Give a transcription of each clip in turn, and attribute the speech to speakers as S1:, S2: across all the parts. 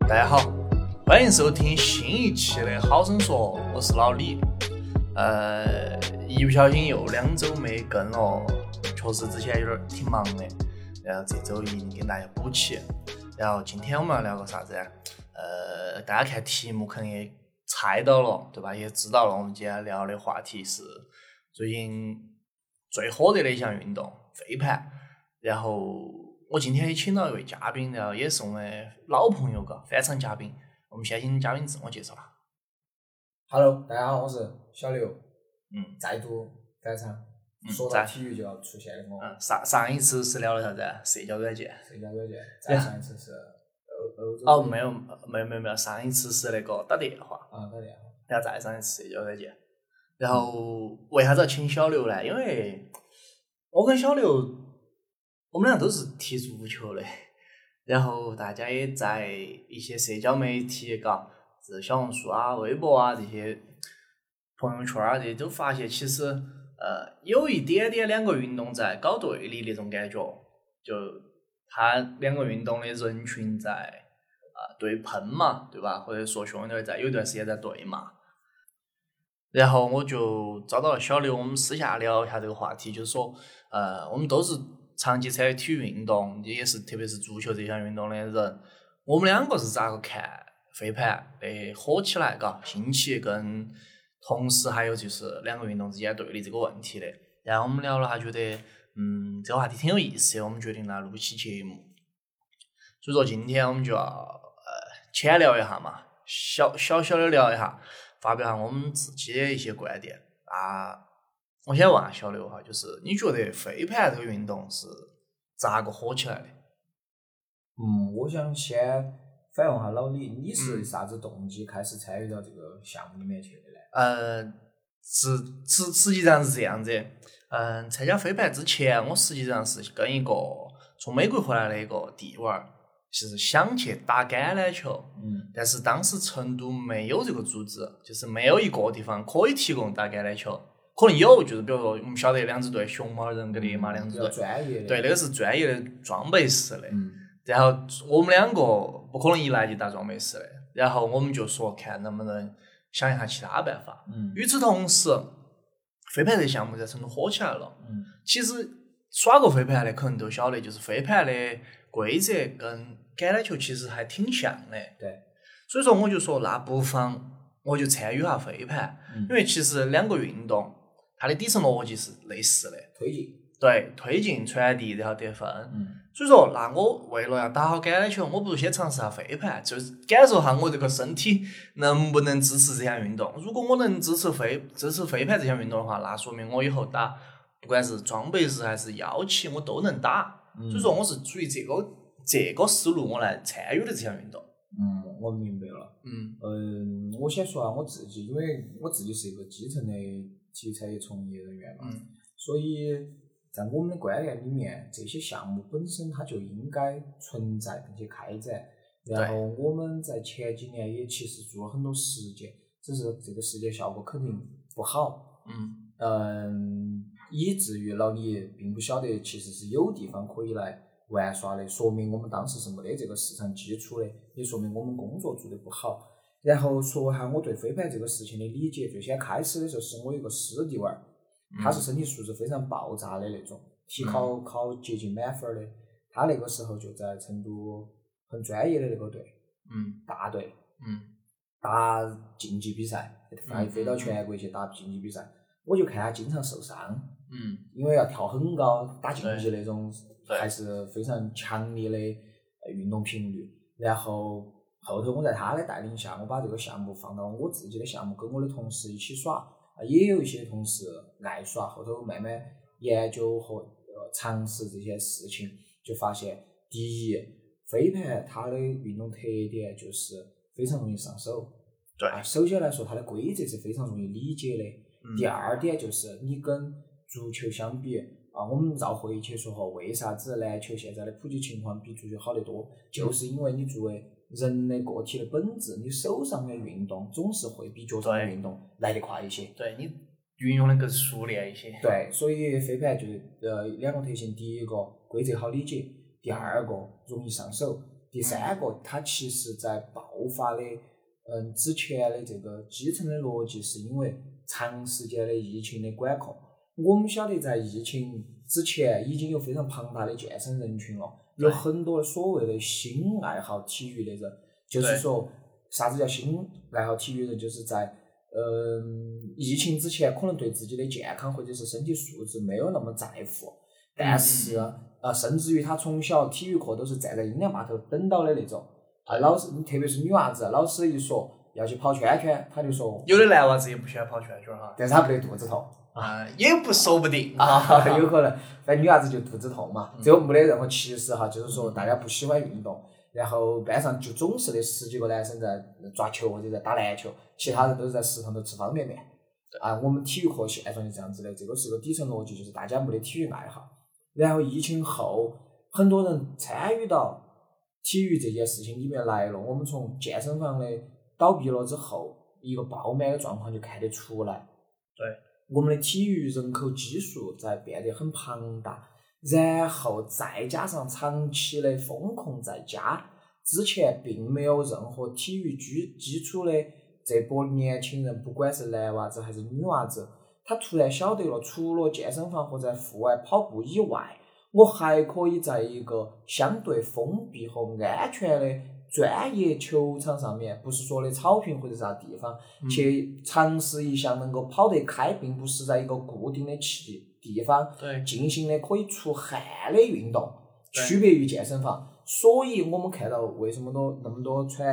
S1: 大家好，欢迎收听新一期的《好生说》，我是老李。呃，一不小心又两周没更了，确实之前有点儿挺忙的，然后这周一定给大家补齐。然后今天我们要聊个啥子啊？呃，大家看题目可能也猜到了，对吧？也知道了，我们今天聊的话题是最近最火热的一项运动——飞盘。然后我今天也请到一位嘉宾，然后也是我们的老朋友嘎，翻唱嘉宾。我们先请嘉宾自我介绍啦。
S2: Hello，大家好，我是小刘，
S1: 嗯
S2: 再度返场。
S1: 嗯
S2: 说
S1: 再
S2: 到体育就要出现的哦我，
S1: 嗯，上上一次是聊了啥子啊？社交软件。
S2: 社交软件。再上一次是欧欧洲。
S1: 哦，没。有，没有，没有，没有。上一次是那个打电话，
S2: 啊，打电话。
S1: 然后再上一次社交软件。然后为啥子要请小刘呢？因为我跟小刘，我们俩都是踢足球的，然后大家也在一些社交媒体，啊嘎，是小红书啊、微博啊这些朋友圈啊这些，都发现其实呃有一点点两个运动在搞对立那种感觉，就他两个运动的人群在啊、对喷嘛，对吧？或者说凶一点，在有一段时间在对骂。然后我就找到了小刘，我们私下聊一下这个话题，就是说，呃，我们都是长期参与体育运动，也是特别是足球这项运动的人，我们两个是咋个看飞盘的火起来，嘎，兴起跟同时还有就是两个运动之间对立这个问题的。然后我们聊了下，觉得嗯这个话题挺有意思的，我们决定来录期节目。所以说今天我们就要呃浅聊一下嘛，小小小的聊一下，发表下我们自己的一些观点啊。我先问下小刘哈，就是你觉得飞盘这个运动是咋个火起来的？
S2: 嗯，我想先反问下老李，你
S1: 嗯
S2: 是啥子动机开始参与到这个项目里面去的呢？
S1: 呃，是实实际上是这样子。嗯、参加飞盘之前，我实际上是跟一个从美国回来的一个弟娃儿，其实想去打橄榄球，
S2: 嗯
S1: 但是当时成都没有这个组织，就是没有一个地方可以提供打橄榄球。可能有，就是比如说我们晓得两支队，熊猫人跟烈马两
S2: 嗯比
S1: 支
S2: 较
S1: 队，
S2: 专业的。
S1: 对，那个是专业的装备室的。
S2: 嗯。
S1: 然后我们两个不可能一来就打装备室的，然后我们就说看能不能想一下其他办法。
S2: 嗯
S1: 与此同时，飞盘这个项目在成都火起来了。
S2: 嗯。
S1: 其实耍过飞盘的可能都晓得，就是飞盘的规则跟橄榄球其实还挺像的。
S2: 对。
S1: 所以说，我就说那不妨我就参与下飞盘，
S2: 嗯
S1: 因为其实两个运动它的底层逻辑是类似的，
S2: 推进。
S1: 对，推进、传递，然后得分。
S2: 嗯。
S1: 所以说，那我为了要打好橄榄球，我不如先尝试下飞盘，就是感受下我这个身体能不能支持这项运动。如果我能支持飞支持飞盘这项运动的话，那说明我以后打不管是装备日还是腰旗，我都能打。
S2: 嗯
S1: 所以说，我是出于这个这个思路我来参与的这项运动。
S2: 嗯，我明白了。
S1: 嗯
S2: 嗯，我先说下我自己，因为我自己是一个基层的体育产业从业人员嘛。
S1: 嗯
S2: 所以在我们的观念里面，这些项目本身它就应该存在并且开展。然后我们在前几年也其实做了很多实践，只是这个实践效果肯定不好，
S1: 嗯
S2: 嗯，以至于老李并不晓得其实是有地方可以来玩耍的，说明我们当时是没得这个市场基础的，也说明我们工作做得不好。然后说一下我对飞盘这个事情的理解，最先开始的时候是我有个师弟娃儿，
S1: 嗯
S2: 他是身体素质非常爆炸的那种，体考考接近满分儿的。他那个时候就在成都很专业的那个队，
S1: 嗯
S2: 大队
S1: 嗯
S2: 打竞技比赛，飞
S1: 嗯
S2: 飞到全国去打竞技比赛。我就看他经常受伤，
S1: 嗯
S2: 因为要跳很高，打竞技那种
S1: 对
S2: 还是非常强烈的呃运动频率。然后后头我在他的带领下，我把这个项目放到我自己的项目，跟我的同事一起耍。啊也有一些同事爱耍，后头慢慢研究和呃尝试这些事情，就发现第一，飞盘它的运动特点就是非常容易上手。
S1: 对
S2: 啊，首先来说，它的规则是非常容易理解的。
S1: 嗯
S2: 第二点就是你跟足球相比啊，我们绕回去说哈，为啥子篮球现在的普及情况比足球好得多？就是因为你作为人的个体的本质，你手上的运动总是会比脚上的
S1: 对
S2: 运动来得快一些。
S1: 对你运用的更熟练一些。
S2: 对，所以飞盘就是呃两个特性，第一个规则好理解，第二个容易上手，第三个它其实在爆发的，嗯，之前的这个基层的逻辑是因为长时间的疫情的管控。我们晓得，在疫情之前已经有非常庞大的健身人群了，有
S1: 对
S2: 很多所谓的新爱好体育的人，就是
S1: 对
S2: 说啥子叫新爱好体育人，就是在嗯疫情之前可能对自己的健康或者是身体素质没有那么在乎，但
S1: 嗯
S2: 是呃，甚至于他从小体育课都是站在阴凉坝头等到的那种，啊，老师特别是女娃子，老师一说要去跑圈圈，他就说，
S1: 有的男娃子也不喜欢跑圈圈哈，
S2: 但是他不得肚子 痛。
S1: 啊，也不说不定
S2: 啊， 有可能，反正女娃子就肚子痛
S1: 嗯
S2: 嘛，这个没得任何歧视哈，就是说大家不喜欢运动，然后班上就总是那十几个男生在抓球或者在打篮球，其他人都是在食堂头吃方便面。啊，我们体育课现状就这样子的，这个是个底层逻辑，就是大家没得体育爱好。然后疫情后，很多人参与到体育这件事情里面来了。我们从健身房的倒闭了之后，一个爆满的状况就看得出来。
S1: 对，
S2: 我们的体育人口基数在变得很庞大，然后再加上长期的风控在家，之前并没有任何体育基基础的这波年轻人，不管是男娃子还是女娃子，他突然晓得了，除了健身房和在户外跑步以外，我还可以在一个相对封闭和安全的专业球场上面，不是说的草坪或者啥地方，
S1: 嗯
S2: 去尝试一项能够跑得开，并不是在一个固定的地地方
S1: 对，
S2: 进行的可以出汗的运动，
S1: 对
S2: 区别于健身房。所以我们看到为什么多那么多穿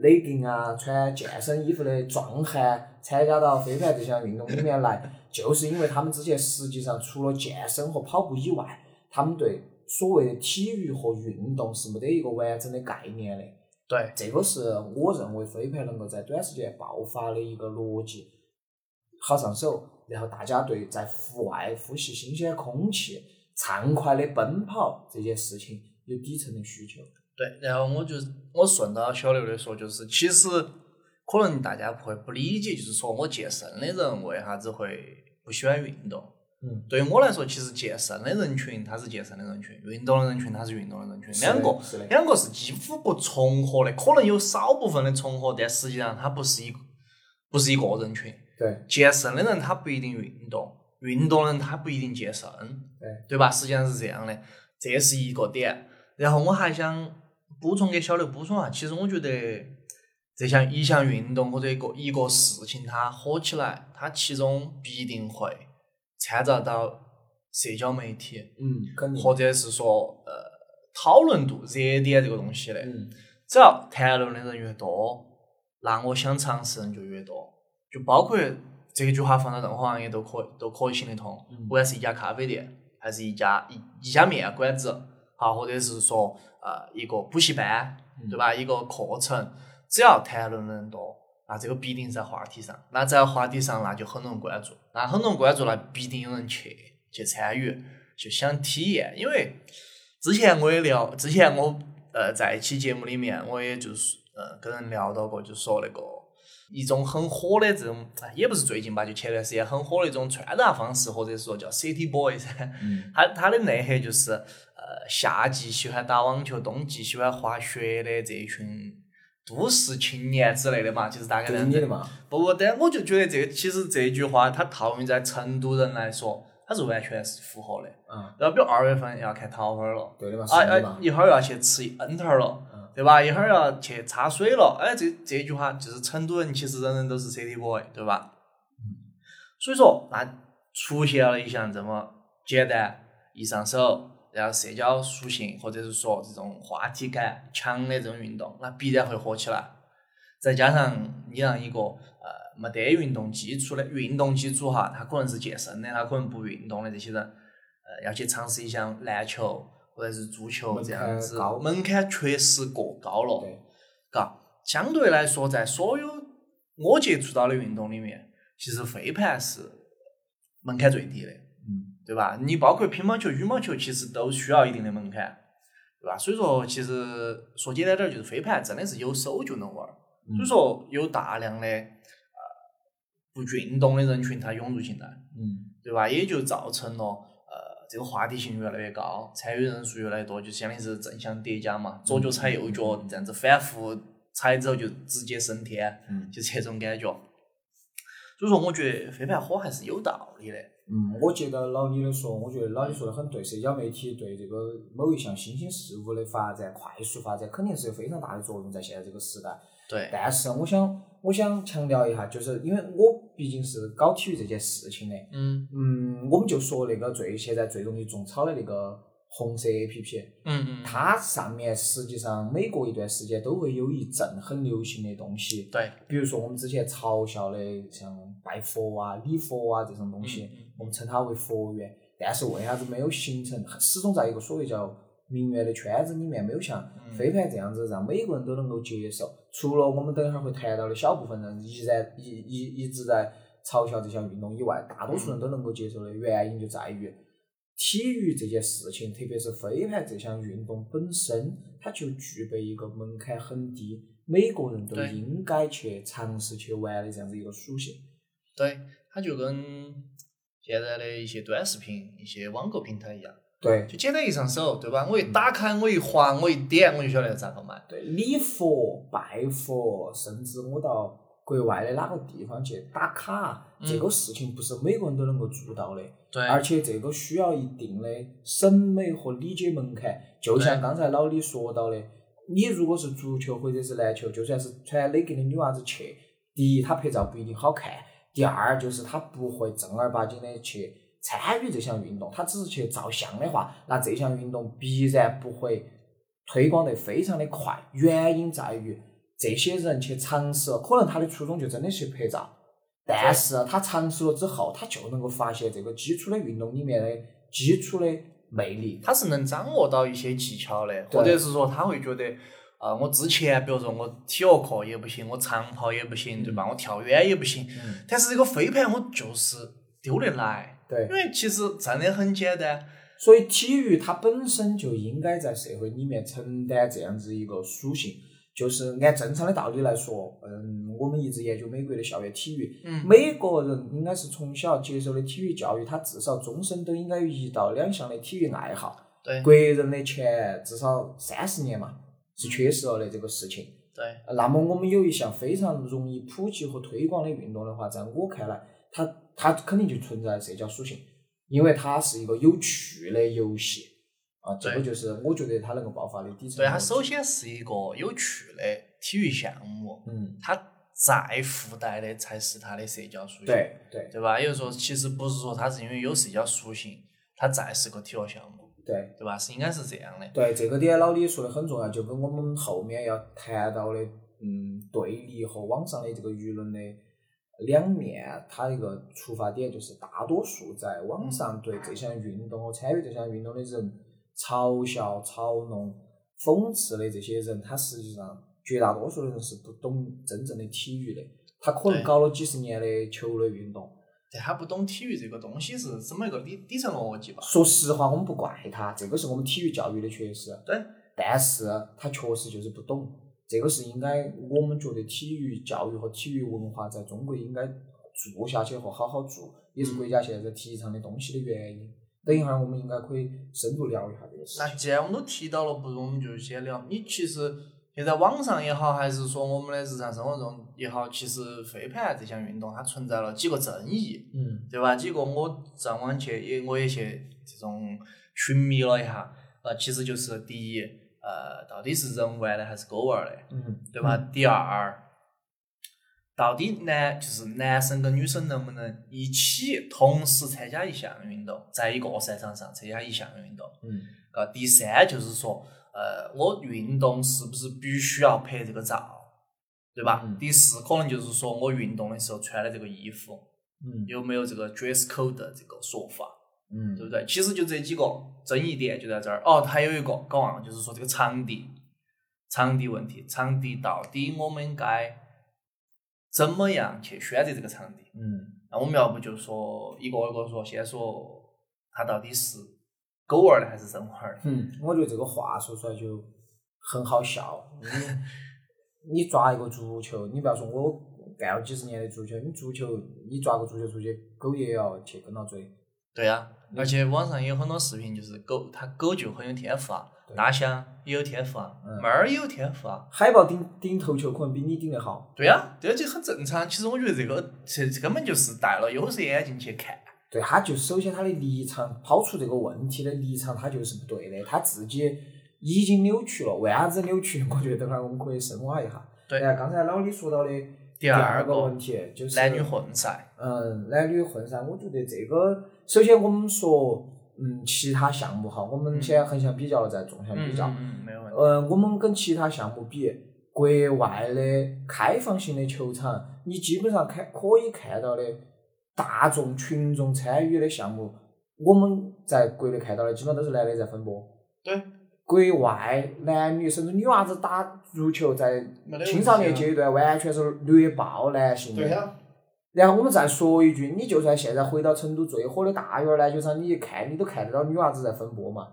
S2: legging 啊、穿健身衣服的壮汉参加到飞盘这项运动里面来，就是因为他们之前实际上除了健身和跑步以外，他们对所谓的体育和运动是没得一个完整的概念的。
S1: 对，
S2: 这个是我认为飞盘能够在短时间爆发的一个逻辑，好上手，然后大家对在户外呼吸新鲜空气、畅快的奔跑这件事情有底层的需求。
S1: 对，然后我就我顺到小刘的说，就是其实可能大家会不理解，就是说我健身的人为啥子会不喜欢运动？
S2: 嗯，
S1: 对于我来说，其实健身的人群他是健身的人群，运动的人群他是运动的人群，两个
S2: 是的，
S1: 两个是几乎不重合的，可能有少部分的重合，但实际上它不是一个不是一个人群。
S2: 对
S1: 健身的人他不一定运动，运动的人他不一定健身，
S2: 对
S1: 对吧？实际上是这样的，这是一个点。然后我还想补充给小刘补充啊，其实我觉得这项一项运动或者一个一个事情，它火起来，它其中必定会掺杂到社交媒体，
S2: 嗯，肯定
S1: 或，者是说呃讨论度、热点这个东西的。
S2: 嗯，
S1: 只要谈论的人越多，那我想尝试的人就越多，就包括这句话放到任何行业都可以都可以行得通，
S2: 嗯
S1: 不管是一家咖啡店，还是一家一一家面馆子，好，啊或者是说呃一个补习班，
S2: 嗯
S1: 对吧？一个课程，只要谈论的人多，那这个必定在话题上，那在话题上那就很多人关注，那很多人关注那必定有人去去参与，就想体验，因为之前我也聊，之前我呃在一期节目里面，我也就是呃跟人聊到过，就说那个一种很火的这种，哎也不是最近吧，就前段时间很火的一种穿搭方式，或者是说叫 City Boy 噻，
S2: 嗯
S1: 它它的内核就是呃夏季喜欢打网球，冬季喜欢滑雪的这一群。都市青年之类的嘛，就是大概这
S2: 就是
S1: 样
S2: 你
S1: 子
S2: 的。嘛，
S1: 不不，但我就觉得这个其实这句话，它套用在成都人来说，它是完全是符合的。
S2: 啊，
S1: 然后比如二月份要看桃花了，
S2: 对的嘛，是
S1: 啊
S2: 哎你的
S1: 啊
S2: 嘛，，
S1: 一会儿要去吃一恩头儿了
S2: 嗯，
S1: 对吧？一会儿要去插水了，哎，这这句话就是成都人其实人人都是 city boy，对吧？所以说，那出现了一项这么简单、易上手，然后社交属性或者是说这种话题感强的这种运动，那必然会火起来。再加上你让一个呃没得运动基础的运动基础哈，他可能是健身的，他可能不运动的这些人，呃，要去尝试一项篮球或者是足球
S2: 门
S1: 这
S2: 槛
S1: 样子
S2: 高，
S1: 门槛确实过高了。
S2: 对，
S1: 嘎，相对来说，在所有我接触到的运动里面，其实飞盘是门槛最低的，
S2: 嗯，
S1: 对吧？你包括乒乓球、羽毛球，其实都需要一定的门槛，对吧？所以说，其实说简单点儿，就是飞盘真的是有手就能玩儿，
S2: 嗯
S1: 所以说有大量的呃不运动的人群他涌入进来，
S2: 嗯，
S1: 对吧？也就造成了呃这个话题性越来越嗯高，参与人数越来越多，就相当于是正向叠加嘛，左脚踩右脚这样子反复踩之后就直接升天，
S2: 嗯
S1: 就这种感觉。所以说，我觉得飞盘火还是有道理的。
S2: 嗯，我接到老李的说，我觉得老李说的很对，社交媒体对这个某一项新兴事物的发展、快速发展，肯定是有非常大的作用在现在这个时代。
S1: 对，
S2: 但是我想，我想强调一下，就是因为我毕竟是搞体育这件事情的，
S1: 嗯
S2: 嗯，我们就说那个最现在最容易种草的那个红色 A P P，
S1: 嗯嗯，
S2: 它上面实际上每隔一段时间都会有一阵很流行的东西，
S1: 对，
S2: 比如说我们之前嘲笑的像拜佛啊、礼佛啊这种东西，
S1: 嗯嗯
S2: 我们称它为佛缘，但是为啥子没有形成，始终在一个所谓叫名媛的圈子里面没有像
S1: 嗯
S2: 飞盘这样子让每个人都能够接受？除了我们等一会儿会谈到的小部分人依然一一一直在嘲笑这项运动以外，大多数人都能够接受的原因就在于。体育这件事情，特别是飞盘这项运动本身，它就具备一个门槛很低，每个人都
S1: 对
S2: 应该去尝试去玩的这样子一个属性。
S1: 对，它就跟现在的一些短视频、一些网购平台一样，
S2: 对
S1: 就简单一上手，对吧？我一打开，我一滑，我一点，我就晓得咋个买。
S2: 对，礼佛、拜佛，甚至我到国外的哪个地方去打卡，
S1: 嗯
S2: 这个事情不是每个人都能够做到的。
S1: 对
S2: 而且这个需要一定的审美和理解门槛。就像
S1: 对
S2: 刚才老李说到的，你如果是足球或者是篮球，就算是穿哪个的女娃子去，第一她拍照不一定好看，第二就是她不会正儿八经的去参与这项运动，她只是去照相的话，那这项运动必然不会推广得非常的快。原因在于这些人去尝试，可能他的初衷就真的是拍照。但是他尝试了之后，他就能够发现这个基础的运动里面的基础的魅力。
S1: 他是能掌握到一些技巧的，
S2: 对
S1: 或者是说他会觉得，啊、我之前比如说我体育课也不行，我长跑也不行，对吧？我跳远也不行，
S2: 嗯，
S1: 但是这个飞盘我就是丢得来，
S2: 对
S1: 因。为其实真的很简单。
S2: 所以体育它本身就应该在社会里面承担这样子一个属性。就是按正常的道理来说，嗯，我们一直研究美国的校园体育，
S1: 嗯，
S2: 每个人应该是从小接受的体育教育，他至少终身都应该有一到两项的体育爱好。
S1: 对
S2: 国人的钱至少三十年嘛是缺失了的这个事情。
S1: 对
S2: 那么我们有一项非常容易普及和推广的运动的话，在我看来，它它肯定就存在社交属性，因为它是一个有趣的游戏啊，这个
S1: 对
S2: 就是我觉得它能够爆发的底层
S1: 对，它
S2: 逻辑。
S1: 首先是一个有趣的体育项目，
S2: 嗯，
S1: 它再附带的才是它的社交属性，
S2: 对对
S1: 对吧？也就是说，其实不是说它是因为有社交属性，它再是个体育项目，
S2: 对
S1: 对吧？是应该是这样的。
S2: 对，这个点老李说的很重要，就跟我们后面要谈到的，嗯，对立和网上的这个舆论的两面，它一个出发点就是大多数在网上对这项运动和参与这项运动的人嘲笑、嘲弄、讽刺的这些人，他实际上绝大多数的人是不懂真正的体育的，他可能
S1: 对
S2: 搞了几十年的球类运动，
S1: 但他不懂体育这个东西是怎么一个底底层逻辑吧？
S2: 说实话，我们不怪他，这个是我们体育教育的缺失。
S1: 对。
S2: 但是他确实就是不懂，这个是应该我们觉得体育教育和体育文化在中国应该做下去和好好做，也是国家现在提倡的东西的原因。等一会儿我们应该可以深度聊一下这个事
S1: 那
S2: 情。
S1: 既然我们都提到了，不如我们就先聊。你其实现在网上也好，还是说我们的日常生活中也好，其实飞盘这项运动它存在了几个争议，
S2: 嗯
S1: 对吧？几个我上网去也我也去这种寻觅了一下，呃，其实就是第一，呃，到底是人玩的还是狗玩的？
S2: 嗯，
S1: 对吧？？第二，到底男就是男生跟女生能不能一起同时参加一项运动，在一个赛场上参加一项运动？
S2: 嗯
S1: 呃，第三就是说，呃，我运动是不是必须要拍这个照，对吧？
S2: 嗯
S1: 第四，可能就是说我运动的时候穿的这个衣服
S2: 嗯
S1: 有没有这个 dress code 的这个说法，
S2: 嗯
S1: 对不对？其实就这几个争议点就在这儿。哦，还有一个搞忘了，就是说这个场地，场地问题，场地到底我们该怎么样去选择这个场地？
S2: 嗯
S1: 那我们要不就说一个一个说，先说它到底是狗玩儿的还是人玩儿的？
S2: 嗯，我觉得这个话说出来就很好笑。嗯你你抓一个足球，你不要说我干了几十年的足球，你足球你抓个足球出去，狗也要去跟到追。
S1: 对啊，而且网上也有很多视频，就是狗，它狗就很有天赋啊，
S2: 对
S1: 大象也有天赋啊，
S2: 嗯
S1: 猫儿也有天赋啊，
S2: 海豹顶顶头球可能比你顶得好。
S1: 对啊，这就很正常。其实我觉得这个这这根本就是戴了有色眼镜去看，
S2: 对，他就首先他的立场抛出这个问题的立场，他就是不对的，他自己已经扭曲了。为啥子扭曲？我觉得等会儿我们可以深挖一下。
S1: 对
S2: 然后刚才老李说到的
S1: 第
S2: 二
S1: 二
S2: 个
S1: 个
S2: 问题就是
S1: 男女混赛，
S2: 嗯，男女混赛，我觉得这个首先我们说，嗯，其他项目哈，我们
S1: 嗯
S2: 先横向比较了，再纵向
S1: 嗯
S2: 比较。
S1: 嗯，嗯没有问题。
S2: 呃，我们跟其他项目比，国外的开放性的球场，你基本上看可以看到的大众群众参与的项目，我们在国内看到的基本上都是男的在分播。
S1: 对。
S2: 国外男女甚至女娃子打足球，在
S1: 没得
S2: 青少年
S1: 问题啊
S2: 阶段完全是虐爆男性的。
S1: 对呀，
S2: 然后我们再说一句，你就算现在回到成都最火的大院篮球场，你一看你都看得到女娃子在分播嘛。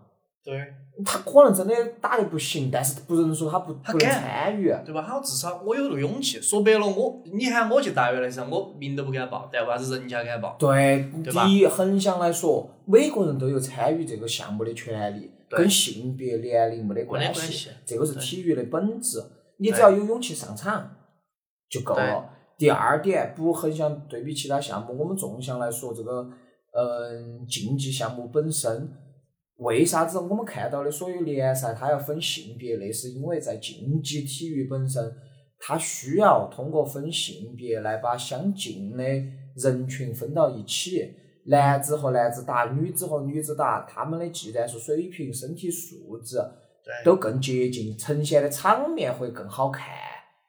S1: 对，
S2: 她可能真的打得不行，但是不能说她不
S1: 她
S2: 不能
S1: 敢
S2: 参与。
S1: 对吧？好，至少我有那个勇气。说白了，我你喊我去大学的时候，我名都不敢报，但为啥子人家敢报？
S2: 对，
S1: 对吧
S2: 第一横向来说，每个人都有参与这个项目的权利，
S1: 对
S2: 跟性别、年龄没得
S1: 没得
S2: 关
S1: 关系
S2: 这个是
S1: 对
S2: 体育的本质。你
S1: 对
S2: 只要有勇气上场就够
S1: 对
S2: 了。第二点，不横向对比其他项目，我们纵向来说，这个嗯、竞技项目本身，为啥子我们看到的所有联赛它要分性别？那是因为在竞技体育本身，它需要通过分性别来把相近的人群分到一起。男子和男子打，女子和女子打，他们的技战术水平、身体素质
S1: 对
S2: 都更接近，呈现的场面会更好看。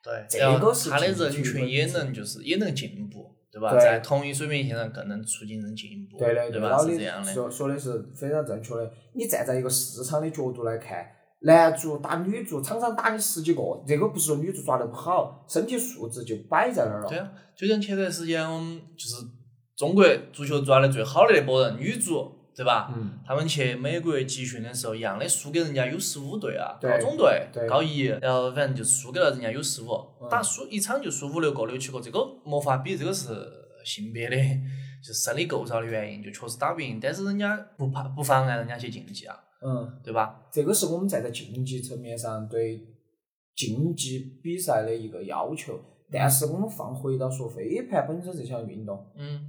S1: 对，
S2: 这
S1: 然后
S2: 个是
S1: 他的
S2: 进步
S1: 人群也能就是也能进步，对吧？
S2: 对
S1: 在同一水平线上更能促进人进步，
S2: 对的，
S1: 对吧？
S2: 老
S1: 是这样
S2: 李
S1: 的，
S2: 说说的是非常正确的。你站在一个市场的角度来看，男足打女足，场上打你十几个，这个不是说女足抓得不好，身体素质就摆在那儿了。
S1: 对啊。就像前段时间我们就是中国足球抓的最好的那波人，女足，对吧？
S2: 嗯，
S1: 他们去美国集训的时候，一样的输给人家 U 十五队啊，
S2: 对
S1: 高中队
S2: 对、
S1: 高一，然后反正就输给了人家 U 十五
S2: 嗯，
S1: 打输一场就输五六个、六七个，这个没法比，这个是性别的， 就是生理构造的原因，就确实打不赢。但是人家不怕不妨碍人家去竞技啊，
S2: 嗯，
S1: 对吧？
S2: 这个是我们站在竞技层面上对竞技比赛的一个要求。但是我们放回到说飞盘本身这项运动，
S1: 嗯，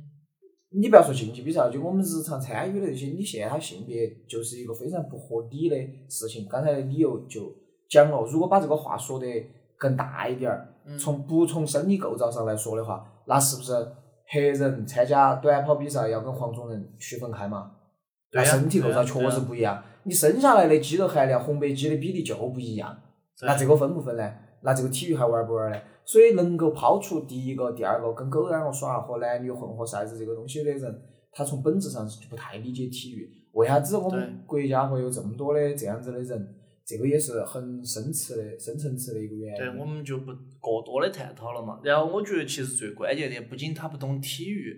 S2: 你不要说竞技比赛，就我们日常参与的这些，你现在它性别就是一个非常不合理的事情。刚才的理由就讲了，如果把这个话说得更大一点儿，
S1: 嗯
S2: 从不从生理构造上来说的话，那是不是黑人参加短跑比赛要跟黄种人区分开嘛？
S1: 对呀
S2: 那身体构造
S1: 对呀
S2: 确实不一样，你生下来的肌肉含量、红白肌的比例就不一样。那这个分不分呢？那这个体育还玩不玩呢？所以能够抛出第一个、第二个跟狗冉个耍和男女混合赛制这个东西的人，他从本质上是就不太理解体育。为啥子我们国家会有这么多的这样子的人？这个也是很深层的、深层次的一个原因。
S1: 对，我们就不过多的探讨了嘛。然后我觉得其实最关键的，不仅他不懂体育，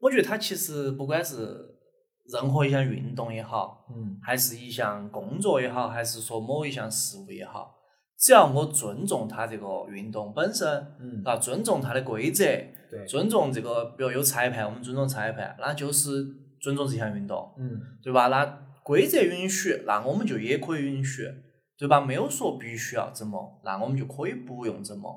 S1: 我觉得他其实不管是任何一项运动也好，
S2: 嗯，
S1: 还是一项工作也好，还是说某一项事物也好，只要我尊重他这个运动本身，
S2: 嗯
S1: 啊，尊重他的规则，
S2: 对，
S1: 尊重这个，比如有裁判，我们尊重裁判，那就是尊重这项运动。
S2: 嗯，
S1: 对吧？那规则允许，那我们就也可以允许，对吧？没有说必须要怎么，那我们就可以不用怎么，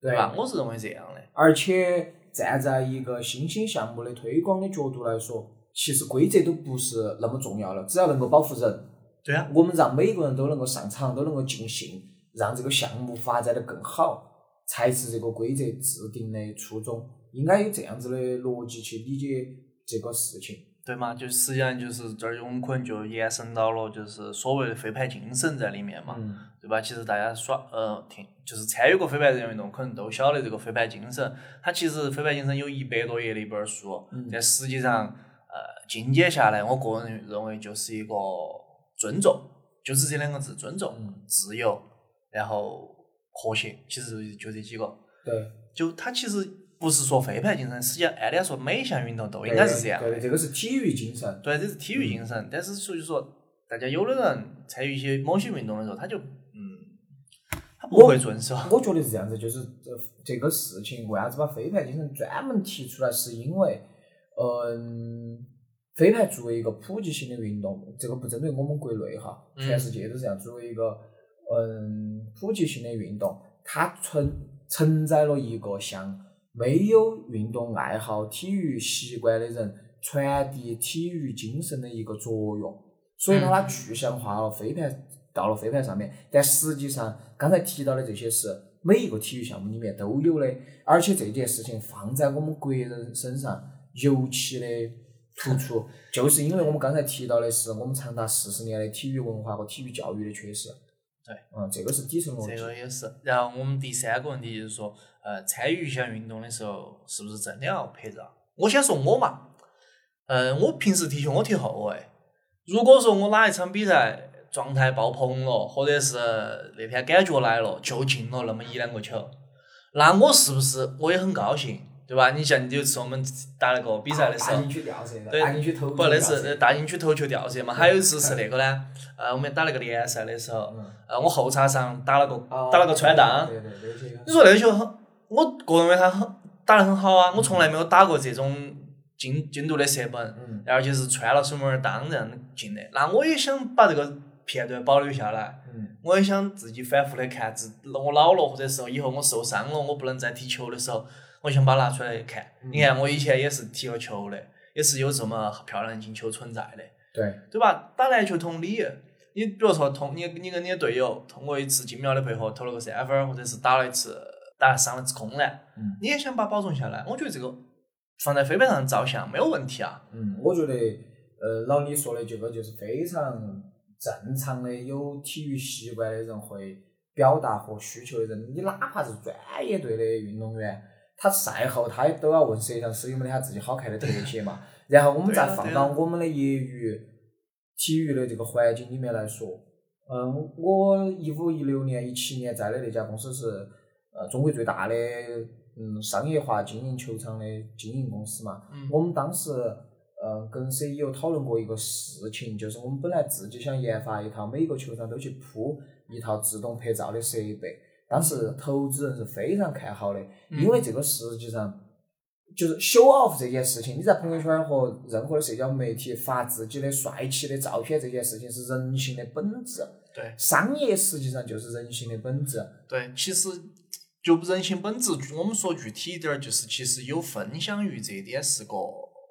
S2: 对
S1: 吧？我是认为这样的，
S2: 而且站在一个新兴项目的推广的角度来说，其实规则都不是那么重要了，只要能够保护人，
S1: 对啊，
S2: 我们让每个人都能够上场，都能够尽兴，让这个项目发展的更好，才是这个规则制定的初衷。应该有这样子的逻辑去理解这个事情。
S1: 对嘛？就实际上就是这儿，我们可能就延伸到了就是所谓的飞盘精神在里面嘛，
S2: 嗯，
S1: 对吧？其实大家耍呃挺就是参与过飞盘这项运动，可能都晓得这个飞盘精神。它其实飞盘精神有一百多页的一本书，
S2: 嗯
S1: 但实际上呃精简下来，我个人认为就是一个尊重，就是这两个字：尊重、
S2: 嗯
S1: 自由，然后和谐。其实就这几个。
S2: 对，
S1: 就它其实不是说飞盘精神，实际上按理来说每一项运动都应该是这样的
S2: 对的，这个是体育精神。
S1: 对，这是体育精
S2: 嗯
S1: 神。但是所以说，大家有的人参与一些某些运动的时候，他就嗯，他不
S2: 我
S1: 会遵守。
S2: 我觉得是这样子，就是这这个事情为啥子把飞盘精神专门提出来，是因为，嗯、飞盘作为一个普及性的运动，这个不针对我们国内哈，
S1: 嗯
S2: 全世界都是这样。作为一个嗯普及性的运动，它存承载了一个向没有运动爱好、体育习惯的人传递体育精神的一个作用。所以呢，
S1: 嗯
S2: 它具象化了飞盘到了飞盘上面，但实际上刚才提到的这些是每一个体育项目里面都有的，而且这件事情放在我们国人身上尤其的突出，就是因为我们刚才提到的是我们长达四十年的体育文化和体育教育的缺失。
S1: 对，
S2: 嗯，这个是底层逻
S1: 这
S2: 辑。
S1: 个也是。然后我们第三个问题就是说，呃，参与一项运动的时候，是不是真的要拍照？我先说我嘛，嗯、我平时踢球我踢后卫，如果说我哪一场比赛状态爆棚了，或者是那天感觉来了，就进了那么一两个球，那我是不是我也很高兴，对吧？你像有次我们打那个比赛的时候
S2: 啊打，进去吊射，
S1: 对
S2: 打进去投
S1: 不，那是大禁区头球吊射嘛。还有一次是那个呢，呃，我们打那个联赛的时候，
S2: 嗯
S1: 呃，我后插上打了个打了个穿裆，
S2: 哦对对对，那些
S1: 你说那个球很，我个人认为他很打得很好啊，我从来没有打过这种精精度的射门，
S2: 嗯
S1: 而且是穿了守门员当然进的。那我也想把这个片段保留下来，
S2: 嗯
S1: 我也想自己反复的看，自我老了或者是以后我受伤了，我不能再踢球的时候，我想把它拿出来看。你看我以前也是踢了球的，也是有这么漂亮的进球存在的。
S2: 对
S1: 对吧？打篮球同理，你比如说同你你跟你的队友通过一次精妙的配合投了个三分儿，或者是打了一次打上了一次空篮，
S2: 嗯
S1: 你也想把保存下来。我觉得这个放在飞盘上照相没有问题啊。
S2: 嗯，我觉得呃老李说的这个就是非常正常的有体育习惯的人会表达和需求的人，你哪怕是专业队的运动员，他赛后他也都要问摄像师有没得他自己好看的特写 嘛。然后我们再
S1: 对啊
S2: 放
S1: 对啊
S2: 到我们的业余体育的这个环境里面来说，嗯，我一五一六年、一七年在的那家公司是呃中国最大的嗯商业化经营球场的经营公司嘛。
S1: 嗯
S2: 我们当时呃跟 CEO 讨论过一个事情，就是我们本来自己想研发一套每个球场都去铺一套自动拍照的设备，当时投资人是非常看好的，
S1: 嗯
S2: 因为这个实际上。就是 show off 这件事情，你在朋友圈和任何的社交媒体发自己的帅气的照片，这件事情是人性的本质。
S1: 对
S2: 商业实际上就是人性的本质。
S1: 对，其实就人性本质，我们说具体一点儿，就是其实有分享欲这一点是个，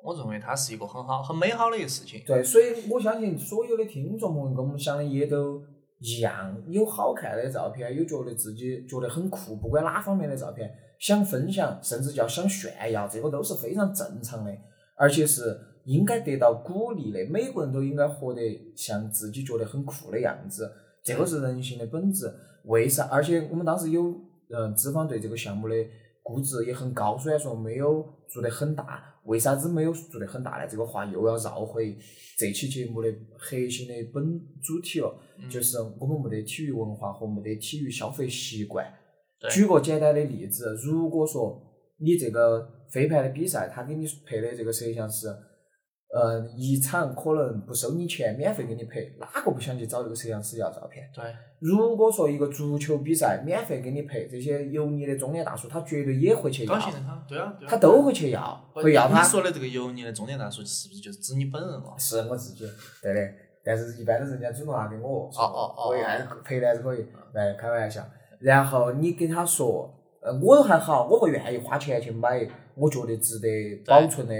S1: 我认为它是一个很好、很美好的一个事情。
S2: 对，所以我相信所有的听众朋友跟我们想的也都一样，有好看的照片，有觉得自己觉得很酷，不管哪方面的照片，想分享，甚至叫想炫耀，这个都是非常正常的，而且是应该得到鼓励的。每个人都应该活得像自己觉得很酷的样子，这个是人性的本质。为啥？而且我们当时有嗯脂肪对这个项目的估值也很高，虽然说没有做得很大，为啥子没有做得很大呢？这个话又要绕回这期节目的核心的本主题了，
S1: 嗯
S2: 就是我们没得体育文化和没得体育消费习惯。
S1: 对
S2: 举个简单的例子，如果说你这个飞盘的比赛，他给你配的这个摄像师，嗯，一场可能不收你钱，免费给你拍，哪个不想去找这个摄像师要照片？
S1: 对，
S2: 如果说一个足球比赛免费给你配，这些油腻的中年大叔，他绝对也会去
S1: 高
S2: 要
S1: 兴，的他，对啊，对啊
S2: 他都会去要，
S1: 不
S2: 会要他
S1: 你。说的这个油腻的中年大叔，是不是就是指你本人了？
S2: 是我自己，对的。但是一般都是人家主动拿给我，
S1: 哦哦哦
S2: 我一按赔的还是可以，来开玩笑。然后你跟他说，呃，我还好，我会愿意花钱去买我觉得值得保存的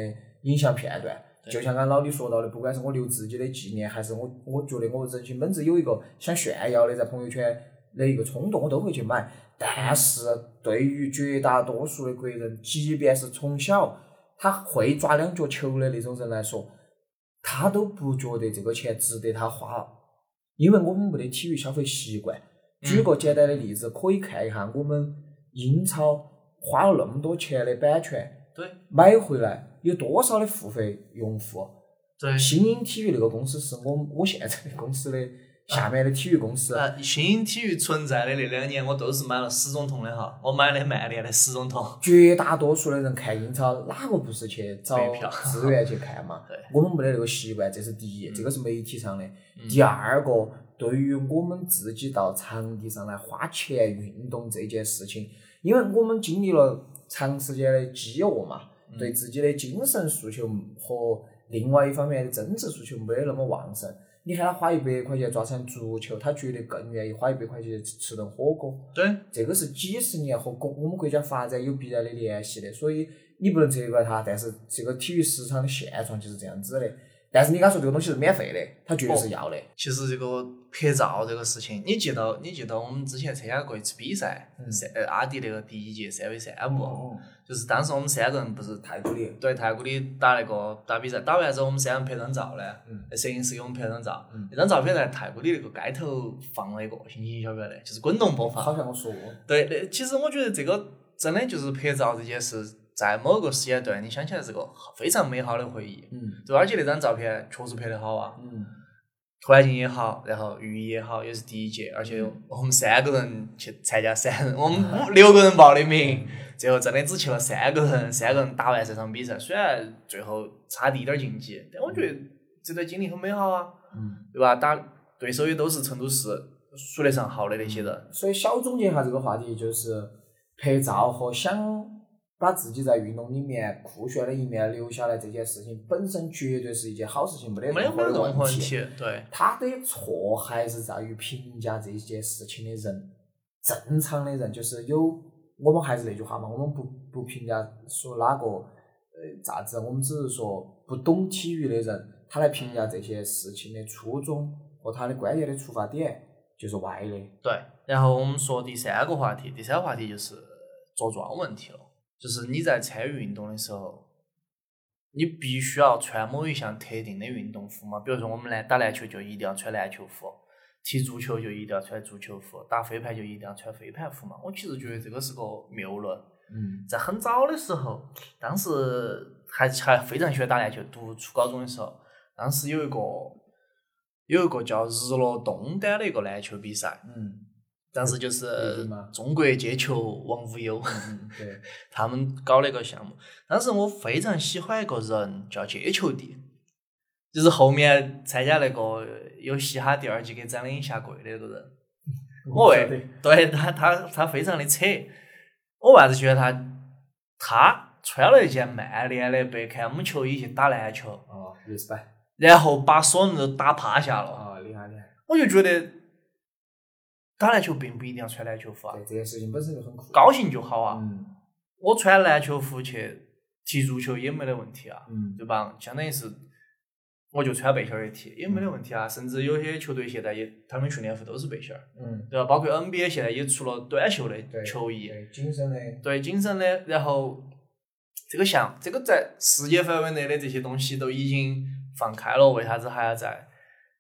S2: 影像片段。
S1: 对
S2: 就像刚老李说到的，不管是我留自己的纪念，还是我我觉得我人性本质有一个想炫耀的在朋友圈的一个冲动，我都会去买。但是对于绝大多数的国人，即便是从小他会抓两脚球的那种人来说，他都不觉得这个钱值得他花，因为我们没得体育消费习惯。举个简单的例子，可以看一下我们英超花了那么多钱的版权
S1: 对
S2: 买回来，有多少的付费用户？
S1: 对
S2: 新英体育那个公司是我们我现在的公司的下面的体育公司，
S1: 呃，新英体育存在的那两年，我都是买了死忠通的哈，我买的曼联的死忠通。
S2: 绝大多数的人看英超，哪个不是去找
S1: 买票
S2: 资源去看嘛？
S1: 对
S2: 我们没得那个习惯，这是第一，这个是媒体上的。
S1: 嗯
S2: 第二个，对于我们自己到场地上来花钱运动这件事情，因为我们经历了长时间的饥饿嘛，
S1: 嗯
S2: 对自己的精神诉求和另外一方面的增值诉求没得那么旺盛。你喊他花一百块钱抓场足球，他绝对更愿意花一百块钱吃吃顿火锅。
S1: 对，
S2: 这个是几十年和国我们国家发展有必然的联系的，所以你不能责怪他。但是这个体育市场的现状就是这样子的。但是你刚说这个东西是免费的，他绝对是要的。
S1: 其实这个拍照这个事情，你记到你记到我们之前参加过一次比赛，
S2: 嗯
S1: 三呃阿迪那个第一届三 v
S2: 哦
S1: 三五，，就是当时我们三个人不是
S2: 太鼓励。
S1: 对太古里打那个打比赛，打完之后我们三个人拍张照呢，
S2: 嗯
S1: 摄影师给我们拍张照
S2: 嗯，
S1: 那张照片在太古里那个街头放了一个星星，晓不晓得？就是滚动播放。
S2: 嗯好像我说过，
S1: 对，那其实我觉得这个真的就是拍照这件事，在某个时间段，你想起来是个非常美好的回忆。
S2: 嗯
S1: 对，而且那张照片确实拍得好啊，
S2: 嗯，
S1: 环境也好，然后寓意也好，也是第一届，而且
S2: 嗯
S1: 我们三个人去参加三，我们五六个人报的名，最后真的只去了三个人，三个人打完这场比赛，虽然最后差滴点儿晋级，但我觉得这段经历很美好啊，
S2: 嗯，
S1: 对吧？打对手也都是成都市数得上号的那些人，
S2: 所以小总结一下这个话题，就是拍照和想把自己在运动里面酷炫的一面留下来这件事情，本身绝对是一件好事情，没得
S1: 没有
S2: 任何
S1: 任
S2: 的
S1: 何
S2: 问
S1: 问
S2: 题。
S1: 题，对。
S2: 他的错还是在于评价这一件事情的人，正常的人就是有，我们还是那句话嘛，我们不不评价说哪个呃咋子，我们只是说不懂体育的人，他来评价这些事情的初衷和他的观点的出发点就是歪的。
S1: 对，然后我们说第三个话题，第三个话题就是着装问题了，就是你在参与运动的时候，你必须要穿某一项特定的运动服嘛，比如说我们篮打篮球就一定要穿篮球服，踢足球就一定要穿足球服，打飞盘就一定要穿飞盘服嘛。我其实觉得这个是个谬论，
S2: 嗯
S1: 在很早的时候，当时还还非常喜欢打篮球，读初高中的时候，当时有一个有一个叫日落东单的一个篮球比赛。
S2: 嗯
S1: 当时就是
S2: 北京吗
S1: 中国接球王无忧，
S2: 嗯，对，
S1: 他们搞了一个项目。当时我非常喜欢一个人叫接球帝，就是后面参加那个有嘻哈第二季给张靓颖下跪的那个人。我
S2: 晓得
S1: 为对他他他非常的扯，我为啥子喜欢他？他穿了一件曼联的贝克汉姆球衣去打篮球，
S2: 哦，意思吧？
S1: 然后把所有人都打趴下了。
S2: 啊，厉害厉害！
S1: 我就觉得打篮球并不一定要穿篮球服啊
S2: 对，，这件事情本身就很酷。
S1: 高兴就好啊。
S2: 嗯
S1: 我穿篮球服去踢足球也没得问题啊，
S2: 嗯
S1: 对吧？相当于是我就穿背心儿去踢也没得问题啊。甚至有些球队现在也他们训练服都是背心儿，
S2: 嗯，
S1: 对吧？包括 NBA 现在也出了短袖的
S2: 对，
S1: 球衣，
S2: 对，紧身的，
S1: 对紧身的。然后这个项这个在世界范围内的这些东西都已经放开了，为啥子还要在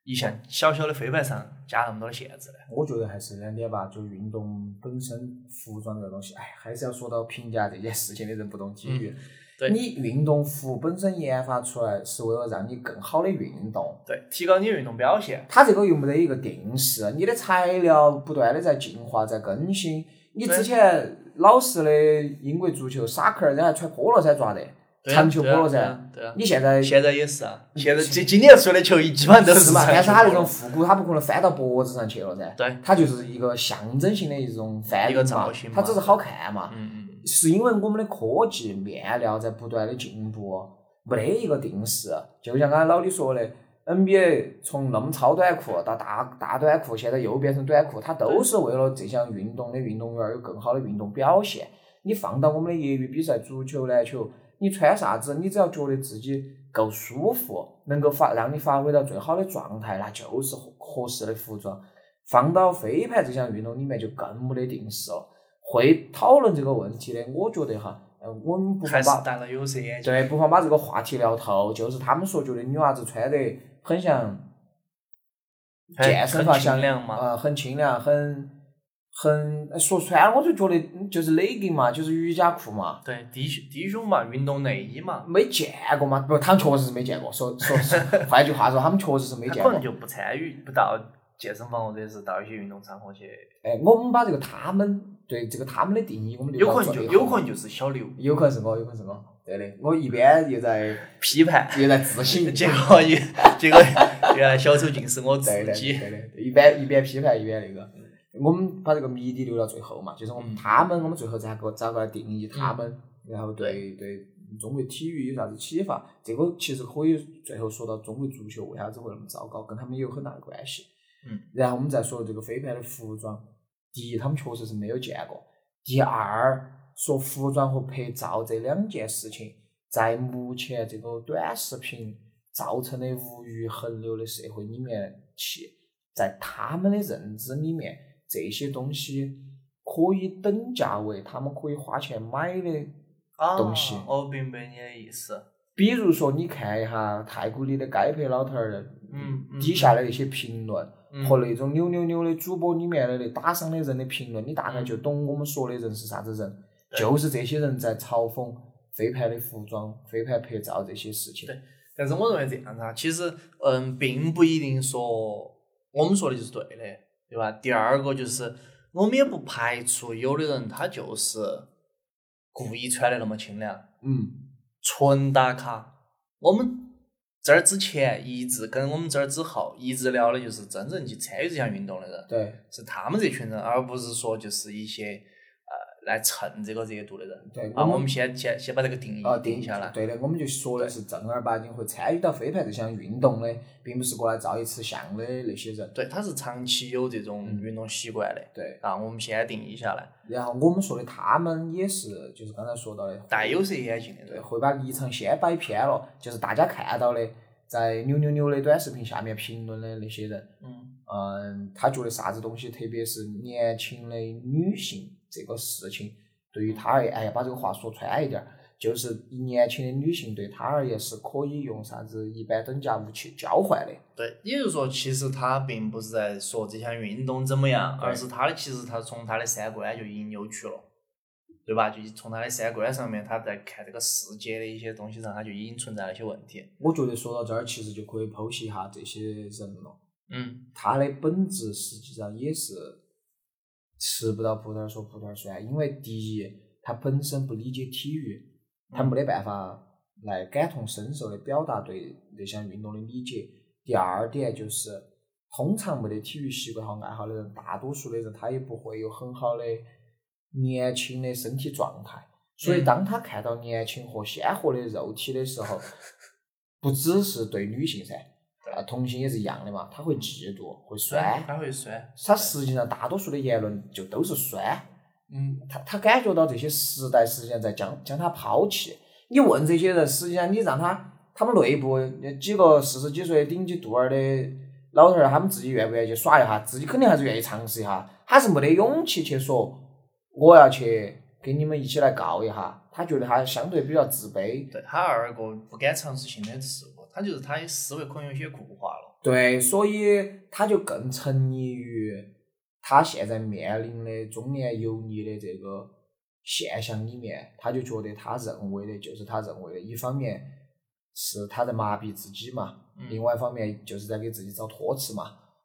S1: 一项小小的飞盘上加那么多的限制呢？
S2: 我觉得还是两点吧，就运动本身服装这个东西，哎，还是要说到评价这件事情的人不懂体育。
S1: 嗯对
S2: 你运动服本身研发出来是为了让你更好的运动，
S1: 对，提高你的运动表现。
S2: 它这个又没得一个定式，你的材料不断的在进化，在更新。你
S1: 对
S2: 之前老式的英国足球沙克，人家还穿 polo 衫抓的，
S1: 对啊
S2: 长球
S1: 对啊
S2: polo
S1: 对
S2: 衫
S1: 啊。对啊。
S2: 你现在
S1: 现在也是啊，现在今今年出的球衣基 本上都
S2: 是嘛？
S1: 长
S2: 但是
S1: 袖
S2: 它那
S1: 的
S2: 种复古，它不可能翻到脖子上去了噻。
S1: 对
S2: 它就是一个象征性的一种翻
S1: 一个
S2: 领嘛
S1: 造型，
S2: 它
S1: 嘛
S2: 只是好看嘛。
S1: 嗯嗯，
S2: 是因为我们的科技面料在不断的进步，哦没得一个定式。就像刚才老李说的，NBA 从那么超短裤到大大短裤，现在又变成短裤，它都是为了这项运动的运动员有更好的运动表现。你放到我们的业余比赛，足球、篮球，你穿啥子，你只要觉得自己够舒服，能够发让你发挥到最好的状态，那就是合合适的服装。放到飞盘这项运动里面就更没得定式了。会讨论这个问题的，我觉得哈，呃，我们不
S1: 嗯
S2: 妨
S1: 还是
S2: 把
S1: 戴了有色眼镜。
S2: 对不妨把这个话题聊透，就是他们说觉得女娃子穿得很像
S1: 很
S2: 健身房
S1: 很清
S2: 像
S1: 凉嘛
S2: 呃，很清凉，很很呃说穿了我就觉得嗯就是 legging 嘛，就是瑜伽裤嘛。
S1: 对，低胸低胸嘛，运动内衣嘛，
S2: 没见过嘛？不，他们确实是没见过。说说，说换句话说，他们确实是没
S1: 他
S2: 见
S1: 可
S2: 过
S1: 能。就不参与不到健身房或者是到一些运动场合去，
S2: 哎，我们把这个他们对这个他们的定义，我们留
S1: 有
S2: 到
S1: 可能就
S2: 最后
S1: 有可能就是小刘
S2: 有可能是我，有可能是我。对的，我一边又在
S1: 批判，
S2: 又在自省，
S1: 结果也 结果原来小丑竟是我自
S2: 对的，
S1: 己。
S2: 对的，一边一边批判一边那个。我们把这个谜底留到最后嘛，就是我们
S1: 嗯
S2: 他们，我们最后再给我找过来定义他们，然后对对中国体育有啥子启发，这个其实可以最后说到中国足球为啥子会那么糟糕，跟他们有很大的关系。
S1: 嗯，
S2: 然后我们再说这个飞盘的服装，第一，他们确实是没有见过；第二，说服装和拍照这两件事情，在目前这个短视频造成的物欲横流的社会里面去，在他们的认知里面，这些东西可以等价为他们可以花钱买的
S1: 啊
S2: 东西
S1: 我明白你的意思。
S2: 比如说，你看一下太古里的街拍老头儿，
S1: 嗯嗯
S2: 底下的一些评论、
S1: 嗯
S2: 和那种扭扭扭的主播里面的那打赏的人的评论，你大概就懂我们说的人是啥子人，
S1: 嗯对
S2: 就是这些人在嘲讽飞盘的服装、飞盘拍照这些事情
S1: 对。但是我认为这样子啊，其实嗯，并不一定说我们说的就是对的，对吧？第二个就是我们也不排除有的人他就是故意穿的那么清凉，
S2: 嗯，
S1: 纯打卡。我们这儿之前一直跟我们这儿之后一直聊的就是真正去参与这项运动的人，
S2: 对
S1: 是他们这群人，而不是说就是一些呃来蹭这个热度的人。
S2: 对，
S1: 啊，我们
S2: 们
S1: 先先先把这个定义
S2: 啊
S1: 定
S2: 定
S1: 下来。
S2: 对的，我们就说的是正儿八经会参与到飞盘这项运动的，并不是过来照一次相的那些人。
S1: 对，他是长期有这种
S2: 嗯
S1: 运动习惯的。
S2: 对，
S1: 啊，我们先定义下来，
S2: 然后我们说的他们也是，就是刚才说到的，
S1: 戴有色眼镜的
S2: 对，
S1: 人，
S2: 会把立场先摆偏了，就是大家看到的，在扭扭扭的短视频下面评论的那些人，
S1: 嗯，
S2: 嗯，他觉得啥子东西，特别是年轻的女性这个事情，对于他而言，哎呀，把这个话说穿一点儿，就是年轻的女性对他而言是可以用啥子一般等价物去交换的，
S1: 对，也就是说，其实他并不是在说这项运动怎么样，
S2: 对
S1: 而是他的其实他从他的三观就已经扭曲了，对吧？就从他的三观上面，他在看这个世界的一些东西上，他就已经存在了一些问题。嗯
S2: 我觉得说到这儿，其实就可以剖析一下这些人了。
S1: 嗯，
S2: 它的本质实际上也是吃不到葡萄说葡萄酸，因为第一，他本身不理解体育，他
S1: 嗯
S2: 没得办法来感同身受的表达对那项运动的理解。第二点就是，通常没得体育习惯和爱好的人，大多数的人他也不会有很好的年轻的身体状态，所以
S1: 嗯
S2: 当他看到年轻和鲜活的肉体的时候，不只是对女性噻，啊，同性也是一样的嘛，他会嫉妒，会酸。
S1: 哎他会酸，
S2: 他实际上大多数的言论就都是酸，
S1: 嗯，
S2: 他他感觉到这些时代实际上在将将他抛弃。你问这些人，实际上你让他他们内部那几个四十几岁顶起肚儿的老头儿，他们自己愿不愿意去耍一下？自己肯定还是愿意尝试一下，他是没得勇气去说我要去跟你们一起来告一下。他觉得他相对比较自卑，
S1: 对他二个不敢尝试新的事物，他就是他的思维可能有些固化了。
S2: 对，所以他就更沉溺于他现在面临的中年油腻的这个现象里面，他就觉得他认为的就是他认为的，一方面是他在麻痹自己嘛，
S1: 嗯
S2: 另外一方面就是在给自己找托词嘛。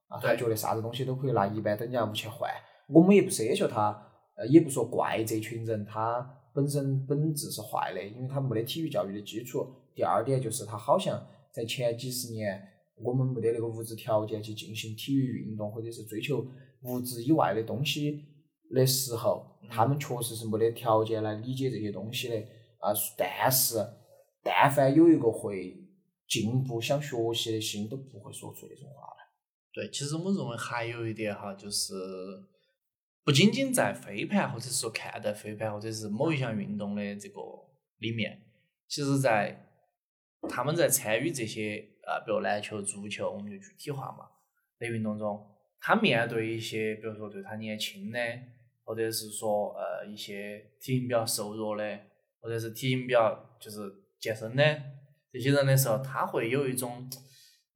S2: 啊，他
S1: 对
S2: 觉得啥子东西都可以拿一般等价物去换，我们也不奢求他，呃，也不说怪这群人他本身本质是坏的，因为他没得体育教育的基础。第二点就是他好像在前几十年，我们没得那个物质条件去进行体育运动或者是追求物质以外的东西的时候，他们确实是没得条件来理解这些东西的啊。但是，但凡有一个会进步、想学习的心，都不会说出那种话来。
S1: 对，其实我认为还有一点哈，就是不仅仅在飞盘，或者是说看待飞盘，或者是某一项运动的这个里面，其实在他们在参与这些呃，比如篮球、足球，我们就具体化嘛的运动中，他面对一些比如说对他年轻的，或者是说呃一些体型比较瘦弱的，或者是体型比较就是健身的这些人的时候，他会有一种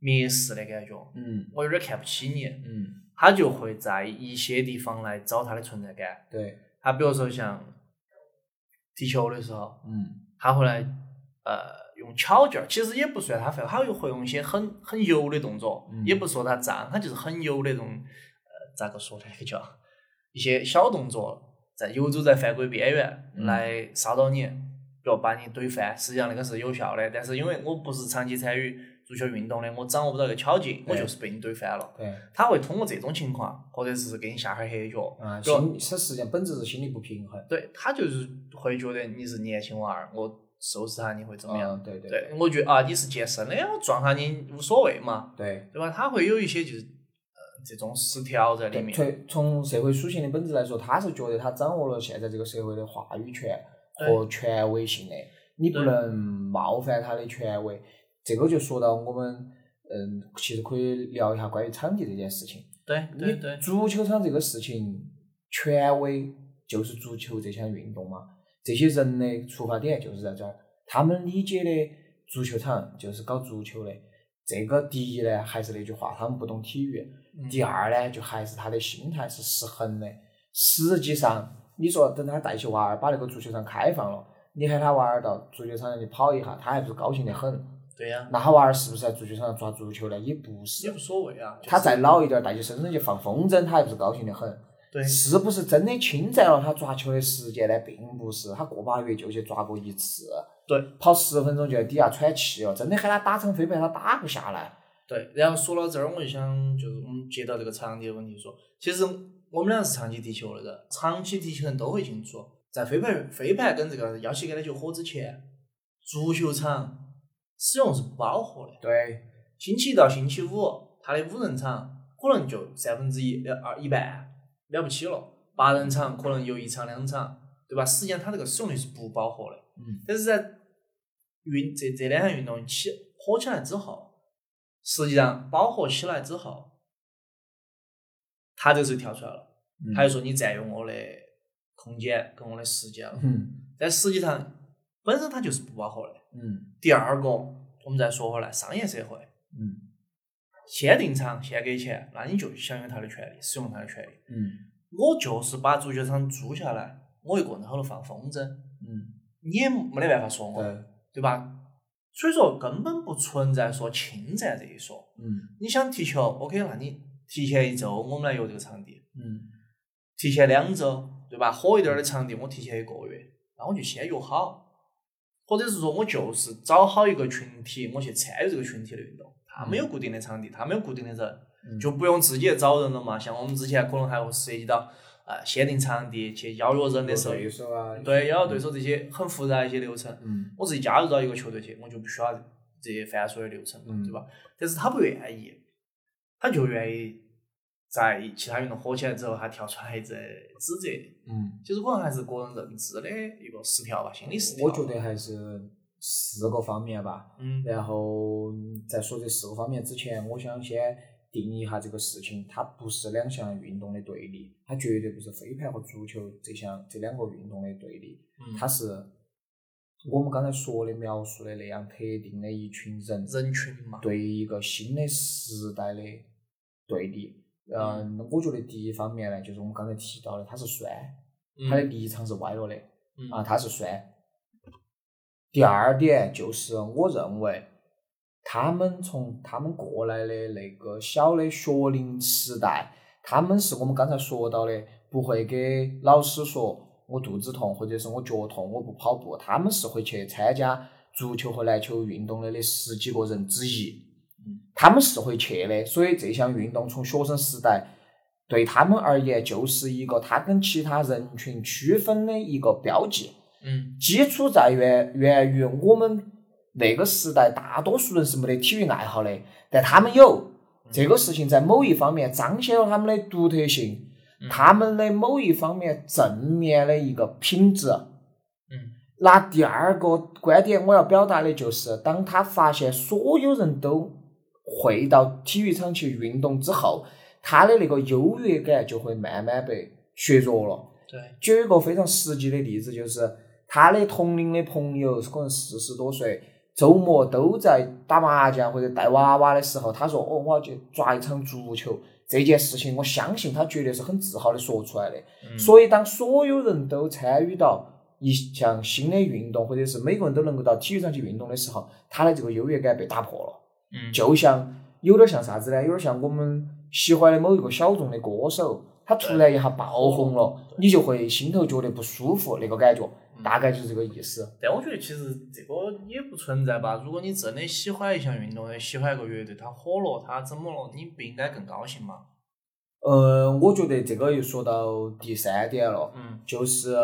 S1: 蔑视的感觉。
S2: 嗯
S1: 我有点看不起你，
S2: 嗯，
S1: 他就会在一些地方来找他的存在感。
S2: 对，
S1: 他比如说像踢球的时候，
S2: 嗯
S1: 他会来呃用巧劲儿，其实也不算他废，他又会用一些很很油的动作，
S2: 嗯
S1: 也不说他脏，他就是很油的那种呃咋个说呢？那个叫一些小动作，在游走在犯规边缘
S2: 嗯
S1: 来骚扰你，比如把你怼翻，实际上那个是有效的，但是因为我不是长期参与足球运动的，我掌握不到那个巧劲，我
S2: 对
S1: 就是被你怼翻了。
S2: 对。
S1: 他会通过这种情况，或者是给你下下黑脚，
S2: 啊，
S1: 就
S2: 心他实际上本质是心理不平衡。
S1: 对他就是会觉得你是年轻娃儿，我收拾下你会怎么样？
S2: 嗯，对对
S1: 对，我觉得啊，你是健身的，我撞下你无所谓嘛，
S2: 对
S1: 对吧？它会有一些就是呃这种失调在里
S2: 对，
S1: 面。
S2: 从从社会属性的本质来说，他是觉得他掌握了现在这个社会的话语权和权威性的，你不
S1: 对
S2: 能冒犯他的权威。这个就说到我们，嗯，其实可以聊一下关于场地这件事情。
S1: 对对
S2: 你
S1: 对，嗯
S2: 足球场这个事情，权威就是足球这项运动嘛。这些人的出发点就是在这儿，他们理解的足球场就是搞足球的。这个第一呢，还是那句话，他们不懂体育；
S1: 嗯
S2: 第二呢，就还是他的心态是失衡的。实际上，你说等他带起娃儿把那个足球场开放了，你喊他娃儿到足球场上去跑一下，他还不是高兴得很？
S1: 对呀，
S2: 那他娃儿是不是在足球场上抓足球呢？也不是
S1: 也无，所谓啊。就是
S2: 他再老一点儿，带起深圳去放风筝，他还不是高兴得很？
S1: 对
S2: 是不是真的侵占了他抓球的时间呢？并不是，他个把月就去抓过一次，
S1: 对
S2: 跑十分钟就在底下喘气了，真的喊他打成飞盘，他打不下来。
S1: 对，然后说到这儿，我就想就是我们接到这个场地的问题说，其实我们俩是长期踢球的人，长期踢球人都会清楚，在飞盘飞盘跟这个腰膝杆的球火之前，足球场使用是不饱和的。
S2: 对
S1: 星期一到星期五，他的五人场可能就三分之一、了二一半了不起了，八人场可能有一场两场，对吧？实际上它这个使用率是不饱和的。
S2: 嗯。
S1: 但是在运这这两项运动起火起来之后，实际上饱和起来之后，它这个时候跳出来了，
S2: 嗯
S1: 它就说你占用我的空间跟我的时间了。
S2: 嗯
S1: 但实际上本身它就是不饱和的。
S2: 嗯
S1: 第二个，我们再说回来，商业社会。
S2: 嗯
S1: 先定场，先给钱，那你就享有他的权利，使用他的权利。
S2: 嗯
S1: 我就是把足球场租下来，我一个人在后头放风筝，
S2: 嗯，
S1: 你也没得办法说我，
S2: 对，
S1: 对吧？所以说根本不存在说侵占这一说。
S2: 嗯
S1: 你想踢球，OK，那你提前一周我们来约这个场地，
S2: 嗯
S1: 提前两周，对吧？火一点儿的场地我提前一个月，那我就先约好，或者是说我就是找好一个群体，我去参与这个群体的运动。他们有固定的场地，他们有固定的人，
S2: 嗯，
S1: 就不用自己去找人了嘛。像我们之前可能还会涉及到啊，限定场地去邀约人的时候，
S2: 对手啊，
S1: 对邀约对手这些很复杂的一些流程。
S2: 嗯
S1: 我自己加入到一个球队去，我就不需要这些繁琐的流程嘛
S2: 嗯，
S1: 对吧？但是他不愿意，他就愿意在其他运动火起来之后，他跳出来这指责。
S2: 嗯，
S1: 其实可能还是个人认知的一个失调吧，心理失调。
S2: 我觉，得啊还是四个方面吧。
S1: 嗯，
S2: 然后在说这四个方面之前，我想先定义一下这个事情，它不是两项运动的对立，它绝对不是飞盘和足球这项这两个运动的对立，
S1: 嗯
S2: 它是我们刚才说的描述的那样特定的一群人
S1: 人群嘛，
S2: 对于一个新的时代的对立。嗯，我觉得第一方面呢，就是我们刚才提到的，它是酸，它的
S1: 嗯
S2: 立场是歪了的。
S1: 嗯
S2: 啊，它是酸。第二点就是，我认为他们从他们过来的那个小的学龄时代，他们是我们刚才说到的，不会给老师说我肚子痛或者是我脚痛，我不跑步，他们是会去参加足球和篮球运动的那十几个人之一
S1: 嗯，
S2: 他们是会去的，所以这项运动从学生时代对他们而言就是一个他跟其他人群区分的一个标记。
S1: 嗯
S2: 基础在源源于我们那个时代，大多数人是没得体育爱好的，但他们
S1: 嗯
S2: 有这个事情，在某一方面彰显了他们的独特性，
S1: 嗯
S2: 他们的某一方面正面的一个品质。
S1: 嗯
S2: 那第二个观点我要表达的就是，当他发现所有人都会到体育场去运动之后，他的那个优越感就会慢慢被削弱了。
S1: 对，
S2: 就有一个非常实际的例子，就是他的同龄的朋友，可能四十多岁，周末都在打麻将或者带娃娃的时候，他说：“哦，我要去抓一场足球。”这件事情，我相信他绝对是很自豪的说出来的。
S1: 嗯
S2: 所以，当所有人都参与到一项新的运动，或者是每个人都能够到体育场去运动的时候，他的这个优越感被打破了。
S1: 嗯
S2: 就像有点像啥子呢？有点像我们喜欢的某一个小众的歌手，他突然一下爆红了，你就会心头觉得不舒服，那个感觉大概就是这个意思。
S1: 嗯但我觉得其实这个也不存在吧。如果你真的喜欢一项运动，喜欢一个乐队，它火了，它怎么了，你不应该更高兴吗？
S2: 呃，我觉得这个又说到第三点了，
S1: 嗯
S2: 就是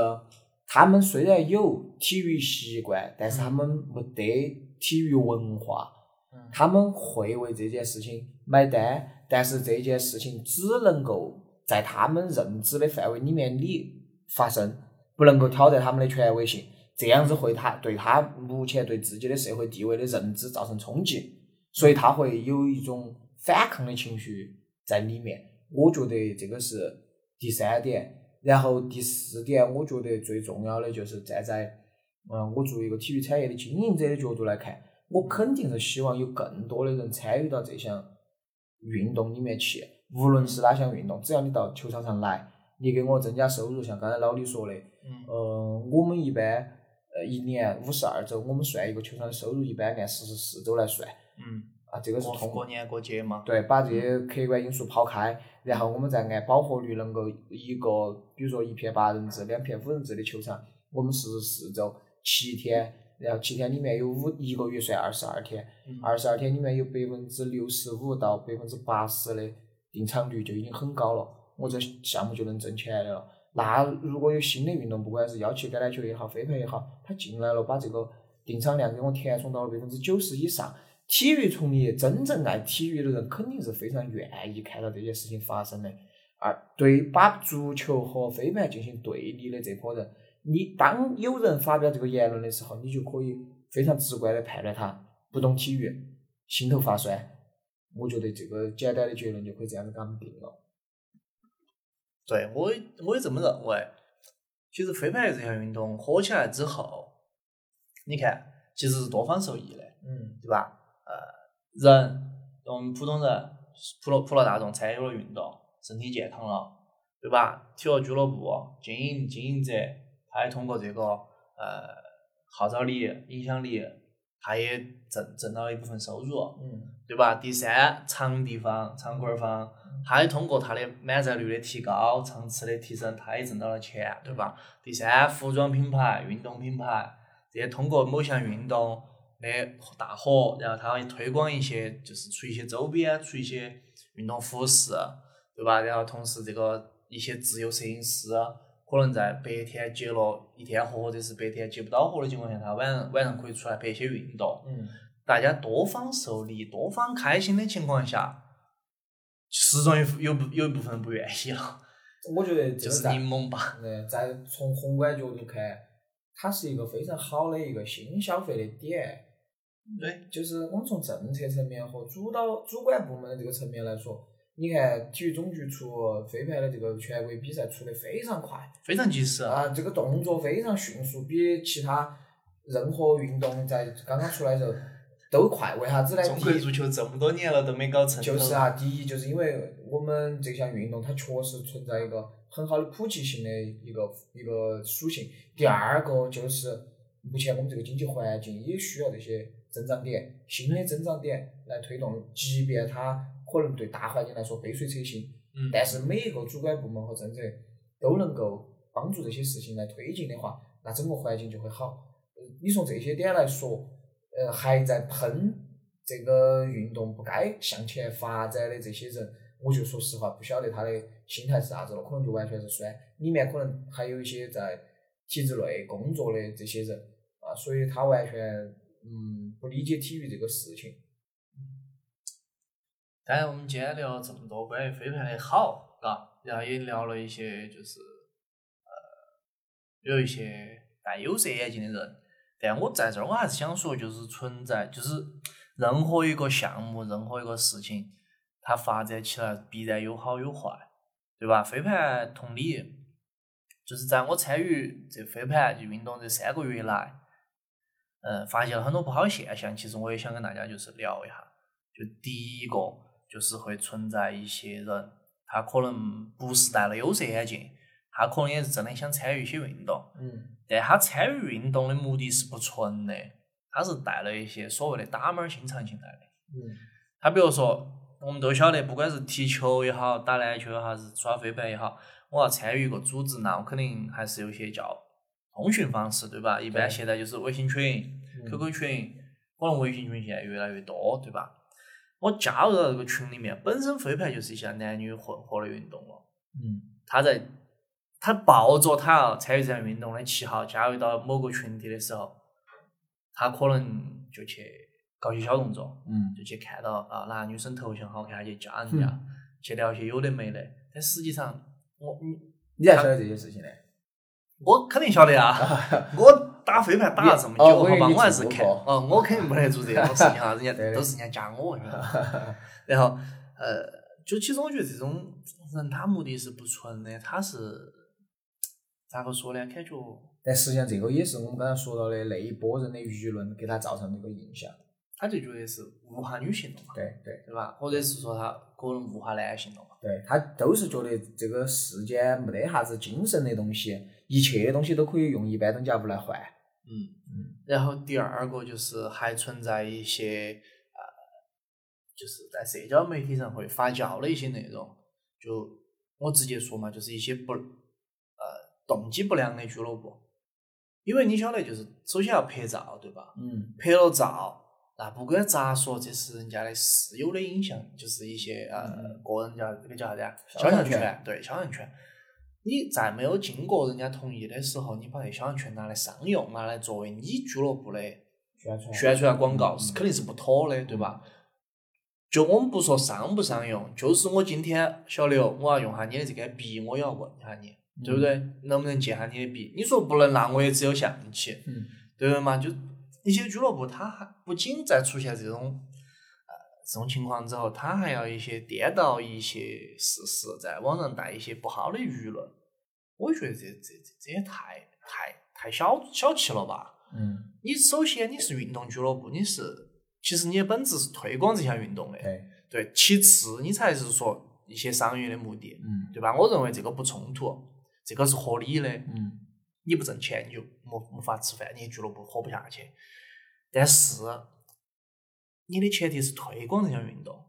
S2: 他们虽然有体育习惯，但是他们没得体育文化，
S1: 嗯
S2: 他们会为这件事情买单，但是这件事情只能够在他们认知的范围里面里发生，不能够挑战他们的权威性，这样子会他对他目前对自己的社会地位的认知造成冲击，所以他会有一种反抗的情绪在里面。我觉得这个是第三点，然后第四点，我觉得最重要的就是站在嗯，我作为一个体育产业的经营者的角度来看，我肯定是希望有更多的人参与到这项运动里面去，无论是哪项运动，只要你到球场上来，你给我增加收入，像刚才老李说的，
S1: 嗯
S2: 呃，我们一般呃一年五十二周，我们算一个球场的收入，一般按四十四周来算
S1: 嗯，
S2: 啊，这个是
S1: 过
S2: 通
S1: 过年过节嘛，
S2: 对，把这些客观因素抛开，然后我们再按饱和率能够一个，比如说一片八人制、两片五人制的球场，我们四十四周七天，然后七天里面有五一个月算二十二天，
S1: 嗯
S2: 二十二天里面有百分之六十五到百分之八十的定场率就已经很高了，我这项目就能挣钱的了。那如果有新的运动，不管是腰旗橄榄球也好，飞盘也好，它进来了，把这个定场量给我填充到了百分之九十以上。体育从业真正爱体育的人，肯定是非常愿意看到这些事情发生的。而对把足球和飞盘进行对立的这波人，你当有人发表这个言论的时候，你就可以非常直观的判断他不懂体育，心头发酸。我觉得这个简单的结论就可以这样子给他们定了。
S1: 对我也我也这么认为。其实飞盘这项运动火起来之后，你看其实是多方受益的，
S2: 嗯
S1: 对吧？呃，人，我们普通人、普罗普罗大众参与了运动，身体健康了，对吧？体育俱乐部经营经营者，他也通过这个呃号召力、影响力，他也挣挣到了一部分收入。
S2: 嗯
S1: 对吧？第三，场地方、场馆儿方，他也通过他的满载率的提高、场次的提升，他也挣到了钱，对吧？第三，服装品牌、运动品牌，这些通过某项运动的大火，然后他会推广一些，就是出一些周边，出一些运动服饰，对吧？然后同时这个一些自由摄影师。可能在白天接了一天活，或者是白天接不到活的情况下，他晚上晚上可以出来拍一些运动，
S2: 嗯
S1: 大家多方受力、多方开心的情况下，始终有有部有一部分不愿意了，
S2: 我觉得这
S1: 就
S2: 个
S1: 是
S2: 在
S1: 柠檬吧。
S2: 呃，在从宏观角度看，它是一个非常好的一个新消费的点。
S1: 对，
S2: 就是我们从政策层面和主导主管部门的这个层面来说，你看体育总局出飞盘的这个全国比赛出的非常快，
S1: 非常及时。
S2: 啊，这个动作非常迅速，比其他任何运动在刚刚出来的时候都快。为啥子呢？
S1: 中国足球这么多年了都没搞成，
S2: 就是啊，第一就是因为我们这项运动它确实存在一个很好的普及性的一个一个属性。第二个就是目前我们这个经济环境也需要这些增长点、新的增长点来推动，即便它可能对大环境来说杯水车薪，
S1: 嗯，
S2: 但是每一个主管部门和政策都能够帮助这些事情来推进的话，那整个环境就会好。呃你从这些点来说，呃，还在喷这个运动不该向前发展的这些人，我就说实话不晓得他的心态是啥子了，可能就完全是酸。里面可能还有一些在体制内工作的这些人啊，所以他完全嗯不理解体育这个事情。
S1: 当然，我们今天聊了这么多关于飞盘的好，嘎，然后也聊了一些就是呃有一些戴有色眼镜的人，但我在这儿我还是想说，就是存在，就是任何一个项目，任何一个事情，它发展起来必然有好有坏，对吧？飞盘同理，就是在我参与这飞盘就运动这三个月来，嗯，发现了很多不好的现象，其实我也想跟大家就是聊一下。就第一个就是会存在一些人，他可能不是戴了有色眼镜，他可能也是真的想参与一些运动，
S2: 嗯
S1: 但哎他参与运动的目的是不纯的，他是带了一些所谓的打猫儿心肠进来的。
S2: 嗯
S1: 他比如说，我们都晓得，不管是踢球也好，打篮球也好，还是耍飞盘也好，我要参与一个组织，那我肯定还是有些叫通讯方式，对吧？一般
S2: 对
S1: 现在就是微信群、
S2: 嗯
S1: QQ 群，可能微信群现在越来越多，对吧？我加入到这个群里面，本身飞盘就是一项男女混合的运动了。
S2: 嗯
S1: 他在他抱着他要参与这项运动的旗号加入到某个群体的时候，他可能就去搞些小动作，
S2: 嗯，
S1: 就去看到啊哪个女生头像好看，去加人家，去聊些有的没的。但实际上，我你
S2: 你咋晓得这些事情呢？
S1: 我肯定晓得 啊，我打飞盘打了这么久，
S2: 哦
S1: 好
S2: 我以为
S1: 吧，
S2: 你
S1: 我还是
S2: 做
S1: 看，
S2: 过
S1: 哦，我肯定不能做这种事情 啊，人家
S2: 对
S1: 都是人家加我，你知道吗 然后呃，就其实我觉得这种人他目的是不纯的，他是咋个说呢？感觉
S2: 但实际上，这个也是我们刚才说到的那一波人的舆论给他造成的一个影响。
S1: 他就觉得是物化女性了嘛，
S2: 对对
S1: 对吧？或者是说他可能物化男性了嘛？
S2: 对，他都是觉得这个世间没得啥子精神的东西，一切的东西都可以用一般等价物来换。
S1: 嗯
S2: 嗯。
S1: 然后第二个就是还存在一些呃，就是在社交媒体上会发酵的一些内容，就我直接说嘛，就是一些不呃动机不良的俱乐部，因为你晓得，就是首先要拍照，对吧？
S2: 嗯，
S1: 拍了照，那不管咋说，这是人家的私有的影像，就是一些呃
S2: 嗯
S1: 个人叫这个叫啥子啊？
S2: 肖
S1: 肖
S2: 像
S1: 像
S2: 权
S1: 权，对肖像权。你在没有经过人家同意的时候，你把这肖像权拿来商用，拿来作为你俱乐部的
S2: 宣传
S1: 宣传广告，
S2: 嗯
S1: 是肯定是不妥的，对吧？就我们不说商不商用，就是我今天小刘，我要用下你的这个笔，我也要问一下你，对不对？能不能借下你的笔？你说不能，那我也只有相机。
S2: 嗯，
S1: 对不对嘛？就一些俱乐部，它还不仅在出现这种呃这种情况之后，它还要一些颠倒一些事实，在网上带一些不好的舆论。我觉得这这这这也太太太小小气了吧？
S2: 嗯，
S1: 你首先你是运动俱乐部，你是其实你的本质是推广这项运动的，
S2: 对，
S1: 对。其次，你才是说一些商业的目的，
S2: 嗯
S1: 对吧？我认为这个不冲突，这个是合理的。
S2: 嗯，
S1: 你不挣钱，你就没没法吃饭，你俱乐部活不下去。但是，你的前提是推广这项运动，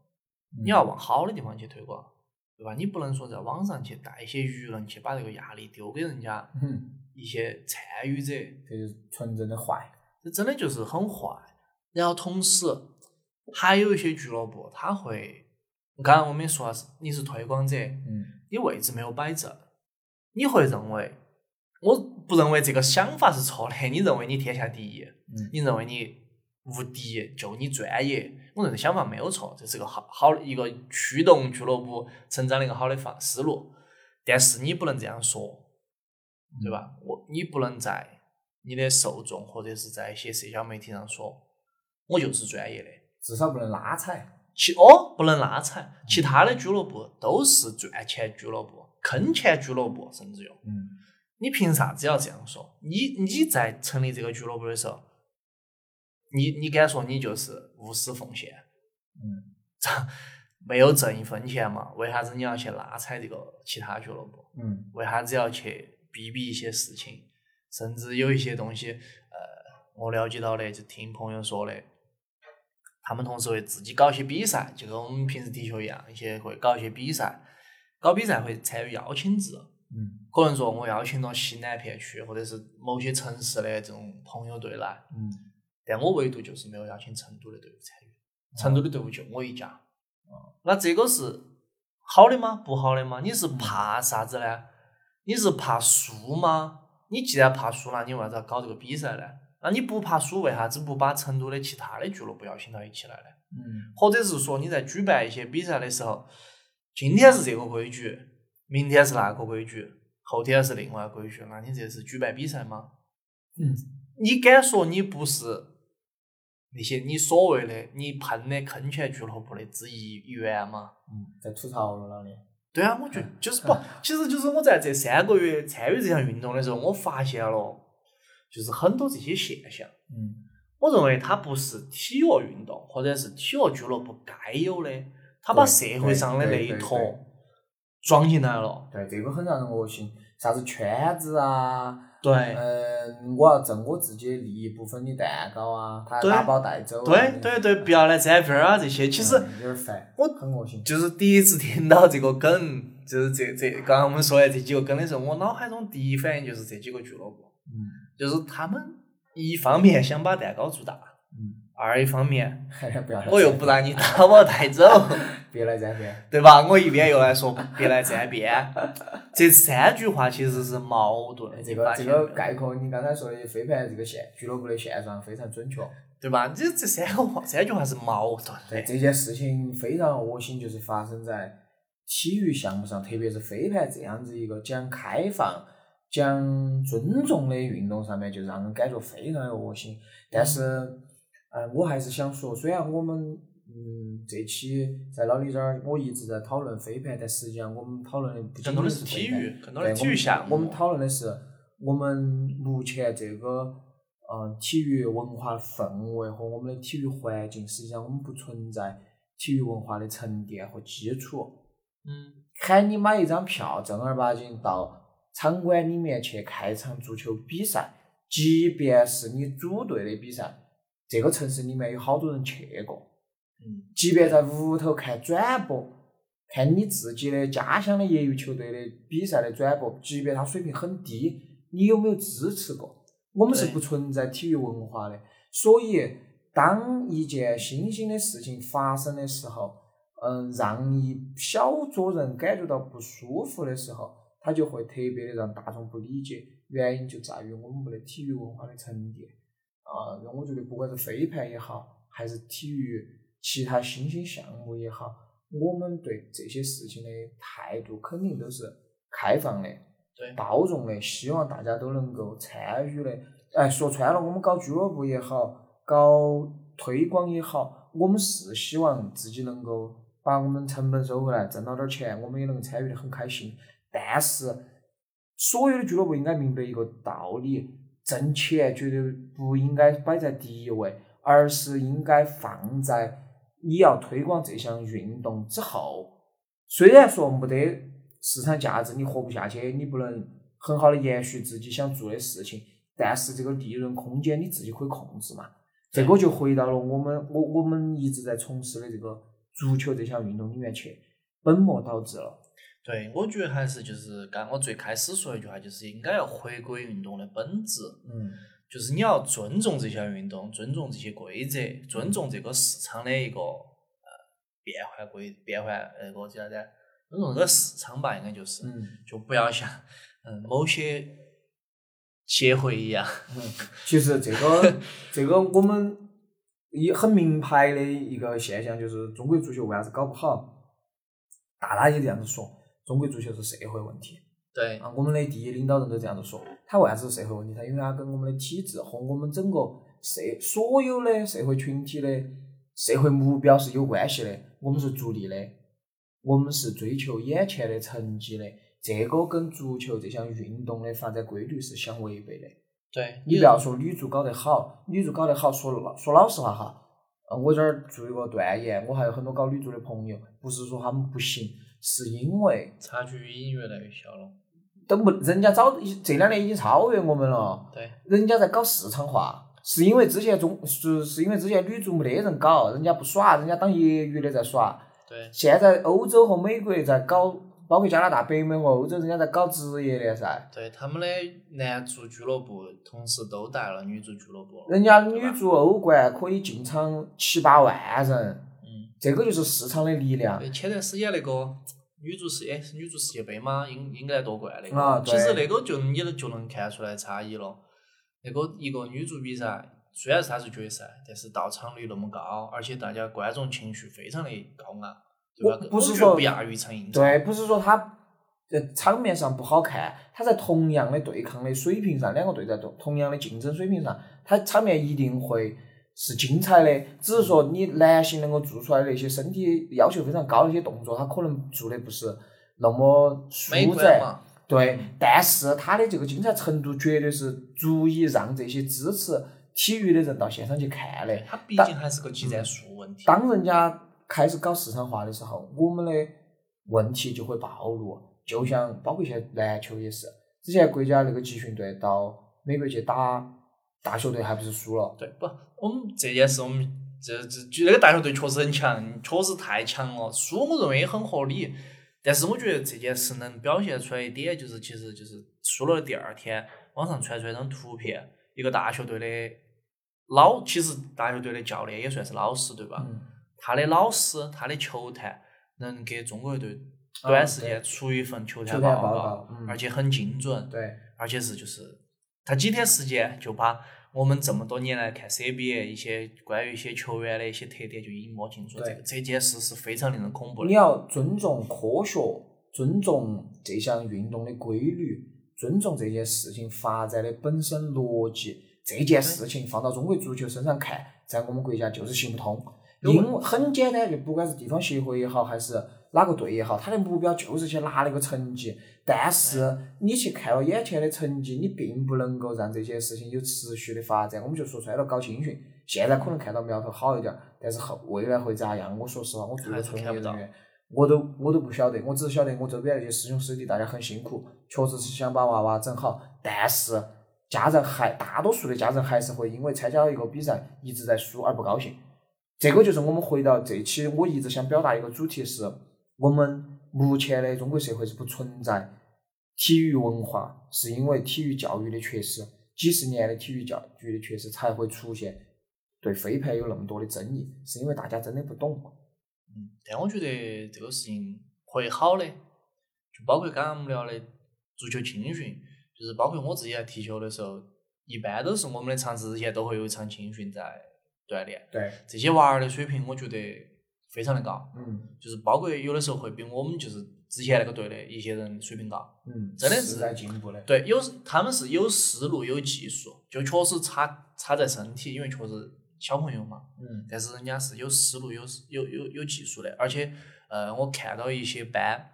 S1: 你要往好的地方去推广，对吧？你不能说在网上去带一些舆论，去把这个压力丢给人家
S2: 嗯，
S1: 一些参与者，
S2: 这就是纯正的坏。
S1: 这真的就是很坏。然后同时，还有一些俱乐部，他会，刚才我们也说了，是你是推广者，
S2: 嗯
S1: 你位置没有摆正，你会认为，我不认为这个想法是错的，你认为你天下第一，
S2: 嗯
S1: 你认为你无敌，就你专业，我认为想法没有错，这是个好好的一个驱动俱乐部成长的一个好的方思路，但是你不能这样说，对吧？我你不能在你的受众或者是在一些社交媒体上说，我就是专业的。
S2: 至少不能拉踩。
S1: 其哦不能拉踩，其他的俱乐部都是赚钱俱乐部、坑钱俱乐部，甚至有。
S2: 嗯
S1: 你凭啥子要这样说？你你在成立这个俱乐部的时候，你你敢说你就是无私奉献？
S2: 嗯，
S1: 没有挣一分钱嘛？为啥子你要去拉踩这个其他俱乐部？
S2: 嗯
S1: 为啥子要去避避一些事情？甚至有一些东西，呃，我了解到的，就听朋友说的，他们同事会自己搞一些比赛，就跟我们平时踢球一样，一些会搞一些比赛，搞比赛会参与邀请制，
S2: 嗯
S1: 可能说我邀请了西南片区或者是某些城市的这种朋友队来，
S2: 嗯，
S1: 但我唯独就是没有邀请成都的队伍参与，成都的队伍就我一家。哦那这个是好的吗？不好的吗？你是怕啥子呢？你是怕输吗？你既然怕输了，你为啥子要搞这个比赛呢？那你不怕输，为啥子不把成都的其他的俱乐部邀请到一起来呢？
S2: 嗯
S1: 或者是说你在举办一些比赛的时候，今天是这个规矩，明天是那个规矩，后天是另外规矩，那你这是举办比赛吗？
S2: 嗯，
S1: 你敢说你不是那些你所谓的你喷的坑钱俱乐部的之一员吗？
S2: 嗯，在吐槽了老的。
S1: 对啊，我觉得就是不，其实就是我在这三个月参与这项运动的时候，我发现了，就是很多这些现象。
S2: 嗯
S1: 我认为它不是体育运动或者是体育俱乐部该有的，它把社会上的那一坨
S2: 对对对对
S1: 装进来了。
S2: 对，这个很让人恶心。啥子圈子啊，
S1: 对
S2: 嗯，我要挣我自己的利益部分的蛋糕啊，他还
S1: 对
S2: 打包带走啊。
S1: 对对对，不要来沾边儿啊！这些
S2: 嗯，
S1: 其实
S2: 有点烦，
S1: 我
S2: 很恶心。
S1: 就是第一次听到这个梗，就是这这刚刚我们说的这几个梗的时候，我脑海中第一反应就是这几个俱乐部，
S2: 嗯
S1: 就是他们一方面想把蛋糕做大，
S2: 嗯
S1: 二一方面，
S2: 不要来
S1: 我又不让你 打我带走，
S2: 别来沾边。
S1: 对吧？我一边又来说别来沾边，这三句话其实是矛盾的，
S2: 这
S1: 你
S2: 个
S1: 发
S2: 这
S1: 现没有
S2: 个概括你刚才说的飞盘这个现俱乐部的现状非常准确。
S1: 对吧？你这三个话三句话是矛盾
S2: 对
S1: 的，
S2: 这件事情非常恶心，就是发生在体育项目上，特别是飞盘这样子一个讲开放、讲尊重的运动上面，就让人感觉非常的恶心。但是，嗯、我还是想说，虽然我们嗯这期在老李这儿我一直在讨论飞盘，但实际上我们讨论的不仅
S1: 更多的
S2: 仅
S1: 是
S2: 是
S1: 体
S2: 飞盘
S1: 育，更多
S2: 对
S1: 的体育项目。啊
S2: 我们我们讨论的是我们目前这个呃体育文化氛围和我们的体育环境，实际上我们不存在体育文化的沉淀和基础。
S1: 嗯，
S2: 喊你买一张票，正儿八经到场馆里面去看一场足球比赛，即便是你组队的比赛，这个城市里面有好多人去过。
S1: 嗯，
S2: 即便在屋头看转播，看你自己的家乡的业余球队的比赛的转播，即便它水平很低，你有没有支持过？我们是
S1: 对
S2: 不存在体育文化的，所以当一件新兴的事情发生的时候，嗯，让一小撮人感觉到不舒服的时候，他就会特别的让大众不理解，原因就在于我们没得体育文化的沉淀。啊，那我觉得不管是飞盘也好，还是体育其他新兴项目也好，我们对这些事情的态度肯定都是开放的、
S1: 对
S2: 包容的，希望大家都能够参与的。哎，说穿了，我们搞俱乐部也好，搞推广也好，我们是希望自己能够把我们成本收回来，挣到点儿钱，我们也能参与的很开心。但是，所有的俱乐部应该明白一个道理：挣钱绝对不应该摆在第一位，而是应该放在你要推广这项运动之后。虽然说没得市场价值，你活不下去，你不能很好的延续自己想做的事情，但是这个利润空间你自己可以控制嘛。这个就回到了我们我我们一直在从事的这个足球这项运动里面去，本末倒置了。
S1: 对，我觉得还是就是刚我最开始说的一句话，就是应该要回归运动的本质。
S2: 嗯，
S1: 就是你要尊重这项运动，尊重这些规则，尊重这个市场的一个呃变换规变换呃那个叫啥子？尊重这个市场吧，应该就是，
S2: 嗯
S1: 就不要像嗯某些协会一样，
S2: 嗯，其实这个这个我们也很明牌的一个现象，就是中国足球为啥子搞不好？大家也这样子说，中国足球是社会问题
S1: 对
S2: 啊。我们的第一领导人都这样子说，他为啥子是社会问题？他因为他跟我们的体制和我们整个社所有的社会群体的社会目标是有关系的。我们是逐利的，我们是追求眼前的成绩的，这个跟足球这项运动的发展规律是相违背的。
S1: 对，
S2: 你不要说女足搞得好，女足搞得好，说老说老实话哈，呃，我这儿做一个断言，我还有很多搞女足的朋友，不是说他们不行，是因为
S1: 差距已经越来越小了，
S2: 都没人家早这两年已经超越我们了，
S1: 对
S2: 人家在搞市场化，是因为之前中是是因为之前女足没得人搞，人家不耍，人家当业余的在耍，
S1: 对
S2: 现在欧洲和美国在搞，包括加拿大、北美和欧洲，人家在搞职业联赛。
S1: 对，他们的男足俱乐部同时都带了女足俱乐部了，
S2: 人家女足欧冠可以进场七八万人，
S1: 嗯，
S2: 这个就是市场的力量
S1: 对，前段时间那个。女足世哎是女足世界杯吗？英英格兰夺冠那个，
S2: 啊
S1: 其实那
S2: 对
S1: 个就你都就能看出来差异了。那个一个女足比赛虽然是它是决赛，但是到场率那么高，而且大家观众情绪非常的高昂，对吧
S2: 我？不是
S1: 觉得
S2: 说
S1: 不亚于一场硬仗，
S2: 对，不是说它呃场面上不好看，它在同样的对抗的水平上，两个队在同同样的竞争水平上，它场面一定会是精彩的。只是说你男性能够做出来的那些身体要求非常高的一些动作，他可能做的不是那么舒
S1: 美国
S2: 展。
S1: 嘛，
S2: 对，但是他的这个精彩程度绝对是足以让这些支持体育的人到现场去看的。
S1: 它毕竟还是个
S2: 嗯
S1: 技战术问题。
S2: 当人家开始搞市场化的时候，我们的问题就会暴露。就像包括现在篮球也是，之前国家那个集训队到美国去打大学队，还不是输了？
S1: 对，不，我们这件事我们这这就那个大学队确实很强，确实太强了，输我认为也很合理。但是我觉得这件事能表现出来一点，就是其实就是输了的第二天，网上传出来一张图片，一个大学队的老，其实大学队的教练也算是老师，对吧？
S2: 嗯，
S1: 他的老师，他的球探能给中国队
S2: 啊
S1: 短时间
S2: 对
S1: 出一份球探
S2: 球探
S1: 报
S2: 报告嗯
S1: 而且很精准，
S2: 对，
S1: 而且是就是他几天时间就把我们这么多年来看 CBA 一些关于一些球员的一些特点就已经摸清楚了，这
S2: 对
S1: 个这件事是非常令人恐怖
S2: 你
S1: 的。
S2: 要尊重科学，尊重这项运动的规律，尊重这件事情发展的本身逻辑。这件事情放到中国足球身上看，在我们国家就是行不通。
S1: 有
S2: 因很简单，就不管是地方协会也好，还是哪个队也好，他的目标就是去拿那个成绩。但是你去看了眼前的成绩，你并不能够让这些事情有持续的发展。我们就说穿了，搞青训，现在可能看到苗头好一点，但是后未来会咋样？我说实话，我作为
S1: 还是
S2: 从业
S1: 看不
S2: 人
S1: 到
S2: 员，我都我都不晓得，我只是晓得我周边那些师兄师弟大家很辛苦，确实是想把娃娃整好，但是家人还大多数的家人还是会因为参加了一个比赛一直在输而不高兴。这个就是我们回到这期我一直想表达一个主题是，我们目前的中国社会是不存在体育文化，是因为体育教育的缺失，几十年的体育教育的缺失才会出现对飞盘有那么多的争议，嗯是因为大家真的不懂。
S1: 嗯，但我觉得这个事情会好的，就包括刚刚我们聊的足球青训，就是包括我自己在踢球的时候，一般都是我们的尝试之前都会有一场青训在锻炼。
S2: 对，
S1: 这些娃儿的水平，我觉得非常的高，
S2: 嗯。
S1: 就是包括有的时候会比我们就是之前那个队的一些人水平高。
S2: 嗯，
S1: 真的是
S2: 在进步的。
S1: 对，有他们是有思路、有技术，就确实差差在身体，因为确实小朋友嘛。
S2: 嗯
S1: 但是人家是有思路、有有有有技术的，而且呃，我看到一些班，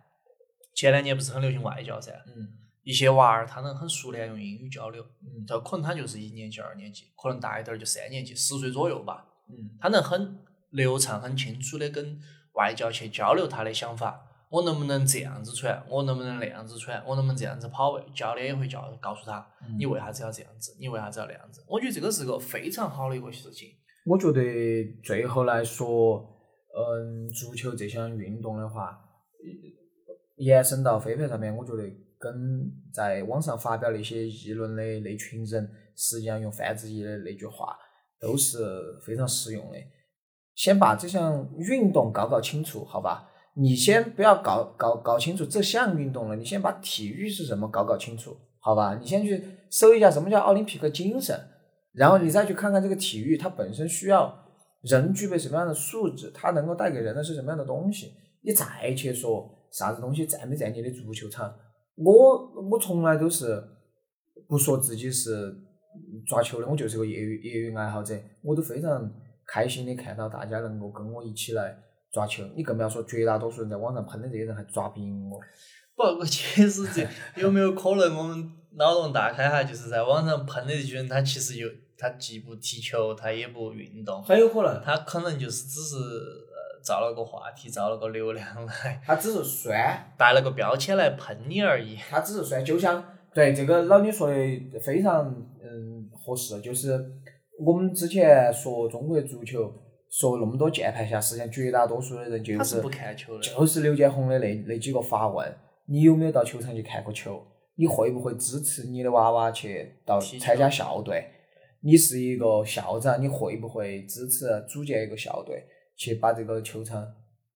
S1: 前两年不是很流行外教噻，
S2: 嗯
S1: 一些娃儿他能很熟练用英语交流，
S2: 嗯
S1: 他可能他就是一年级、二年级，可能大一点儿就三年级，十岁左右吧。
S2: 嗯
S1: 他能很流畅、很清楚的跟外教去交流他的想法。我能不能这样子传？我能不能那样子传？我能不能这样子跑位？教练也会教告诉他，
S2: 嗯
S1: 你为啥子要这样子？你为啥子要那样子？我觉得这个是个非常好的一个事情。
S2: 我觉得最后来说，嗯，足球这项运动的话，呃延伸到飞盘上面，我觉得跟在网上发表那些议论的那群人，实际上用范志毅的那句话，都是非常实用的。先把这项运动搞搞清楚，好吧？你先不要搞搞搞清楚这项运动了，你先把体育是什么搞搞清楚，好吧？你先去搜一下什么叫奥林匹克精神，然后你再去看看这个体育它本身需要人具备什么样的素质，它能够带给人的是什么样的东西，你再去说啥子东西在没在你的足球场。我我从来都是不说自己是抓球的，我就是个业余业余爱好者，我都非常开心的看到大家能够跟我一起来抓球，你更不要说绝大多数人在网上喷的这些人还抓不赢我。
S1: 不，我其实这有没有可能我们脑洞大开哈？就是在网上喷的这些人，他其实有他既不踢球，他也不运动，
S2: 很有可能
S1: 他可能就是只是呃造了个话题，造了个流量来，
S2: 他只是酸，
S1: 带了个标签来喷你而已。
S2: 他只是算，就像对这个老李说的非常嗯合适，就是我们之前说中国足球说那么多键盘侠，实际上绝大多数的人就
S1: 他
S2: 是
S1: 是不看球的，
S2: 就是刘建宏的那那几个发问，你有没有到球场去看过球？你会不会支持你的娃娃去到
S1: 踢球
S2: 参加校队？你是一个校长，你会不会支持组建一个校队去把这个球场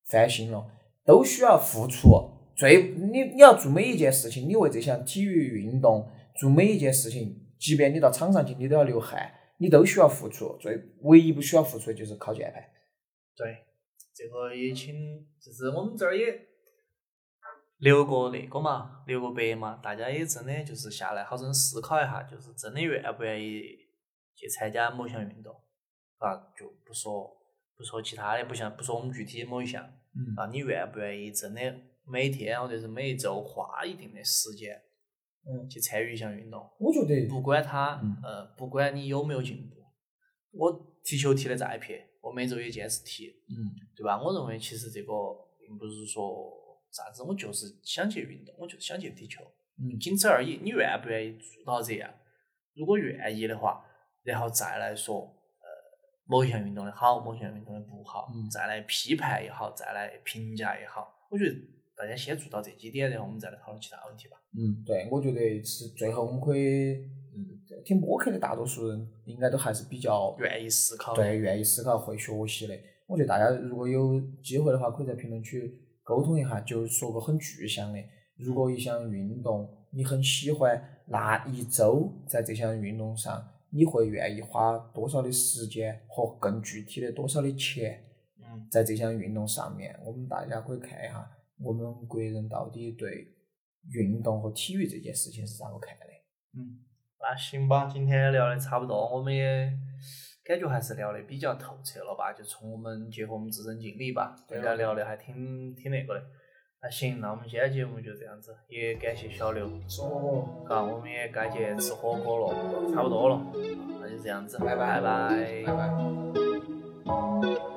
S2: 翻新了？都需要付出。最你你要做每一件事情，你为这项体育运动做每一件事情，即便你到场上去，你都要流汗，你都需要付出。最唯一不需要付出的就是靠键盘。
S1: 对，这个也请，就是我们这儿也留个那个嘛，留个白嘛，大家也真的就是下来好生思考一下，就是真的愿不愿意去参加某项运动啊？就不说不说其他的，不像不说我们具体某一项
S2: 嗯
S1: 啊，你愿不愿意真的每天或者是每一周花一定的时间，
S2: 嗯
S1: 去参与一项运动？
S2: 我觉得
S1: 不管他
S2: 嗯，
S1: 呃，不管你有没有进步，我踢球踢得再撇，我每周也坚持踢，
S2: 嗯。
S1: 对吧？我认为其实这个并不是说啥子，我就是想去运动，我就是想去踢球，
S2: 嗯
S1: 仅此而已。你愿不愿意做到这样？如果愿意的话，然后再来说，呃，某一项运动的好，某一项运动的不好，
S2: 嗯
S1: 再来批判也好，再来评价也好，我觉得大家先做到这几点，然后我们再来讨论其他问题吧。
S2: 嗯，对，我觉得是最后我们可以嗯听播客的大多数人应该都还是比较
S1: 愿意思考。
S2: 对，愿意思考、会学习的。我觉得大家如果有机会的话，可以在评论区沟通一下，就说个很具象的。如果一项运动你很喜欢，那一周在这项运动上，你会愿意花多少的时间和更具体的多少的钱
S1: 嗯，
S2: 在这项运动上面？我们大家可以看一下，我们国人到底对运动和体育这件事情是咋个看的？
S1: 嗯，那行吧，今天聊的差不多，我们也感觉还是聊的比较透彻了吧？就从我们结合我们自身经历吧，
S2: 对
S1: 大
S2: 啊
S1: 家聊的还挺挺那个的。那行，那我们今天节目就这样子，也感谢小刘，
S2: 说，
S1: 嘎，我们也该去吃火锅了，差不多了，那就这样子，
S2: 拜
S1: 拜
S2: 拜
S1: 拜
S2: 拜拜。
S1: 拜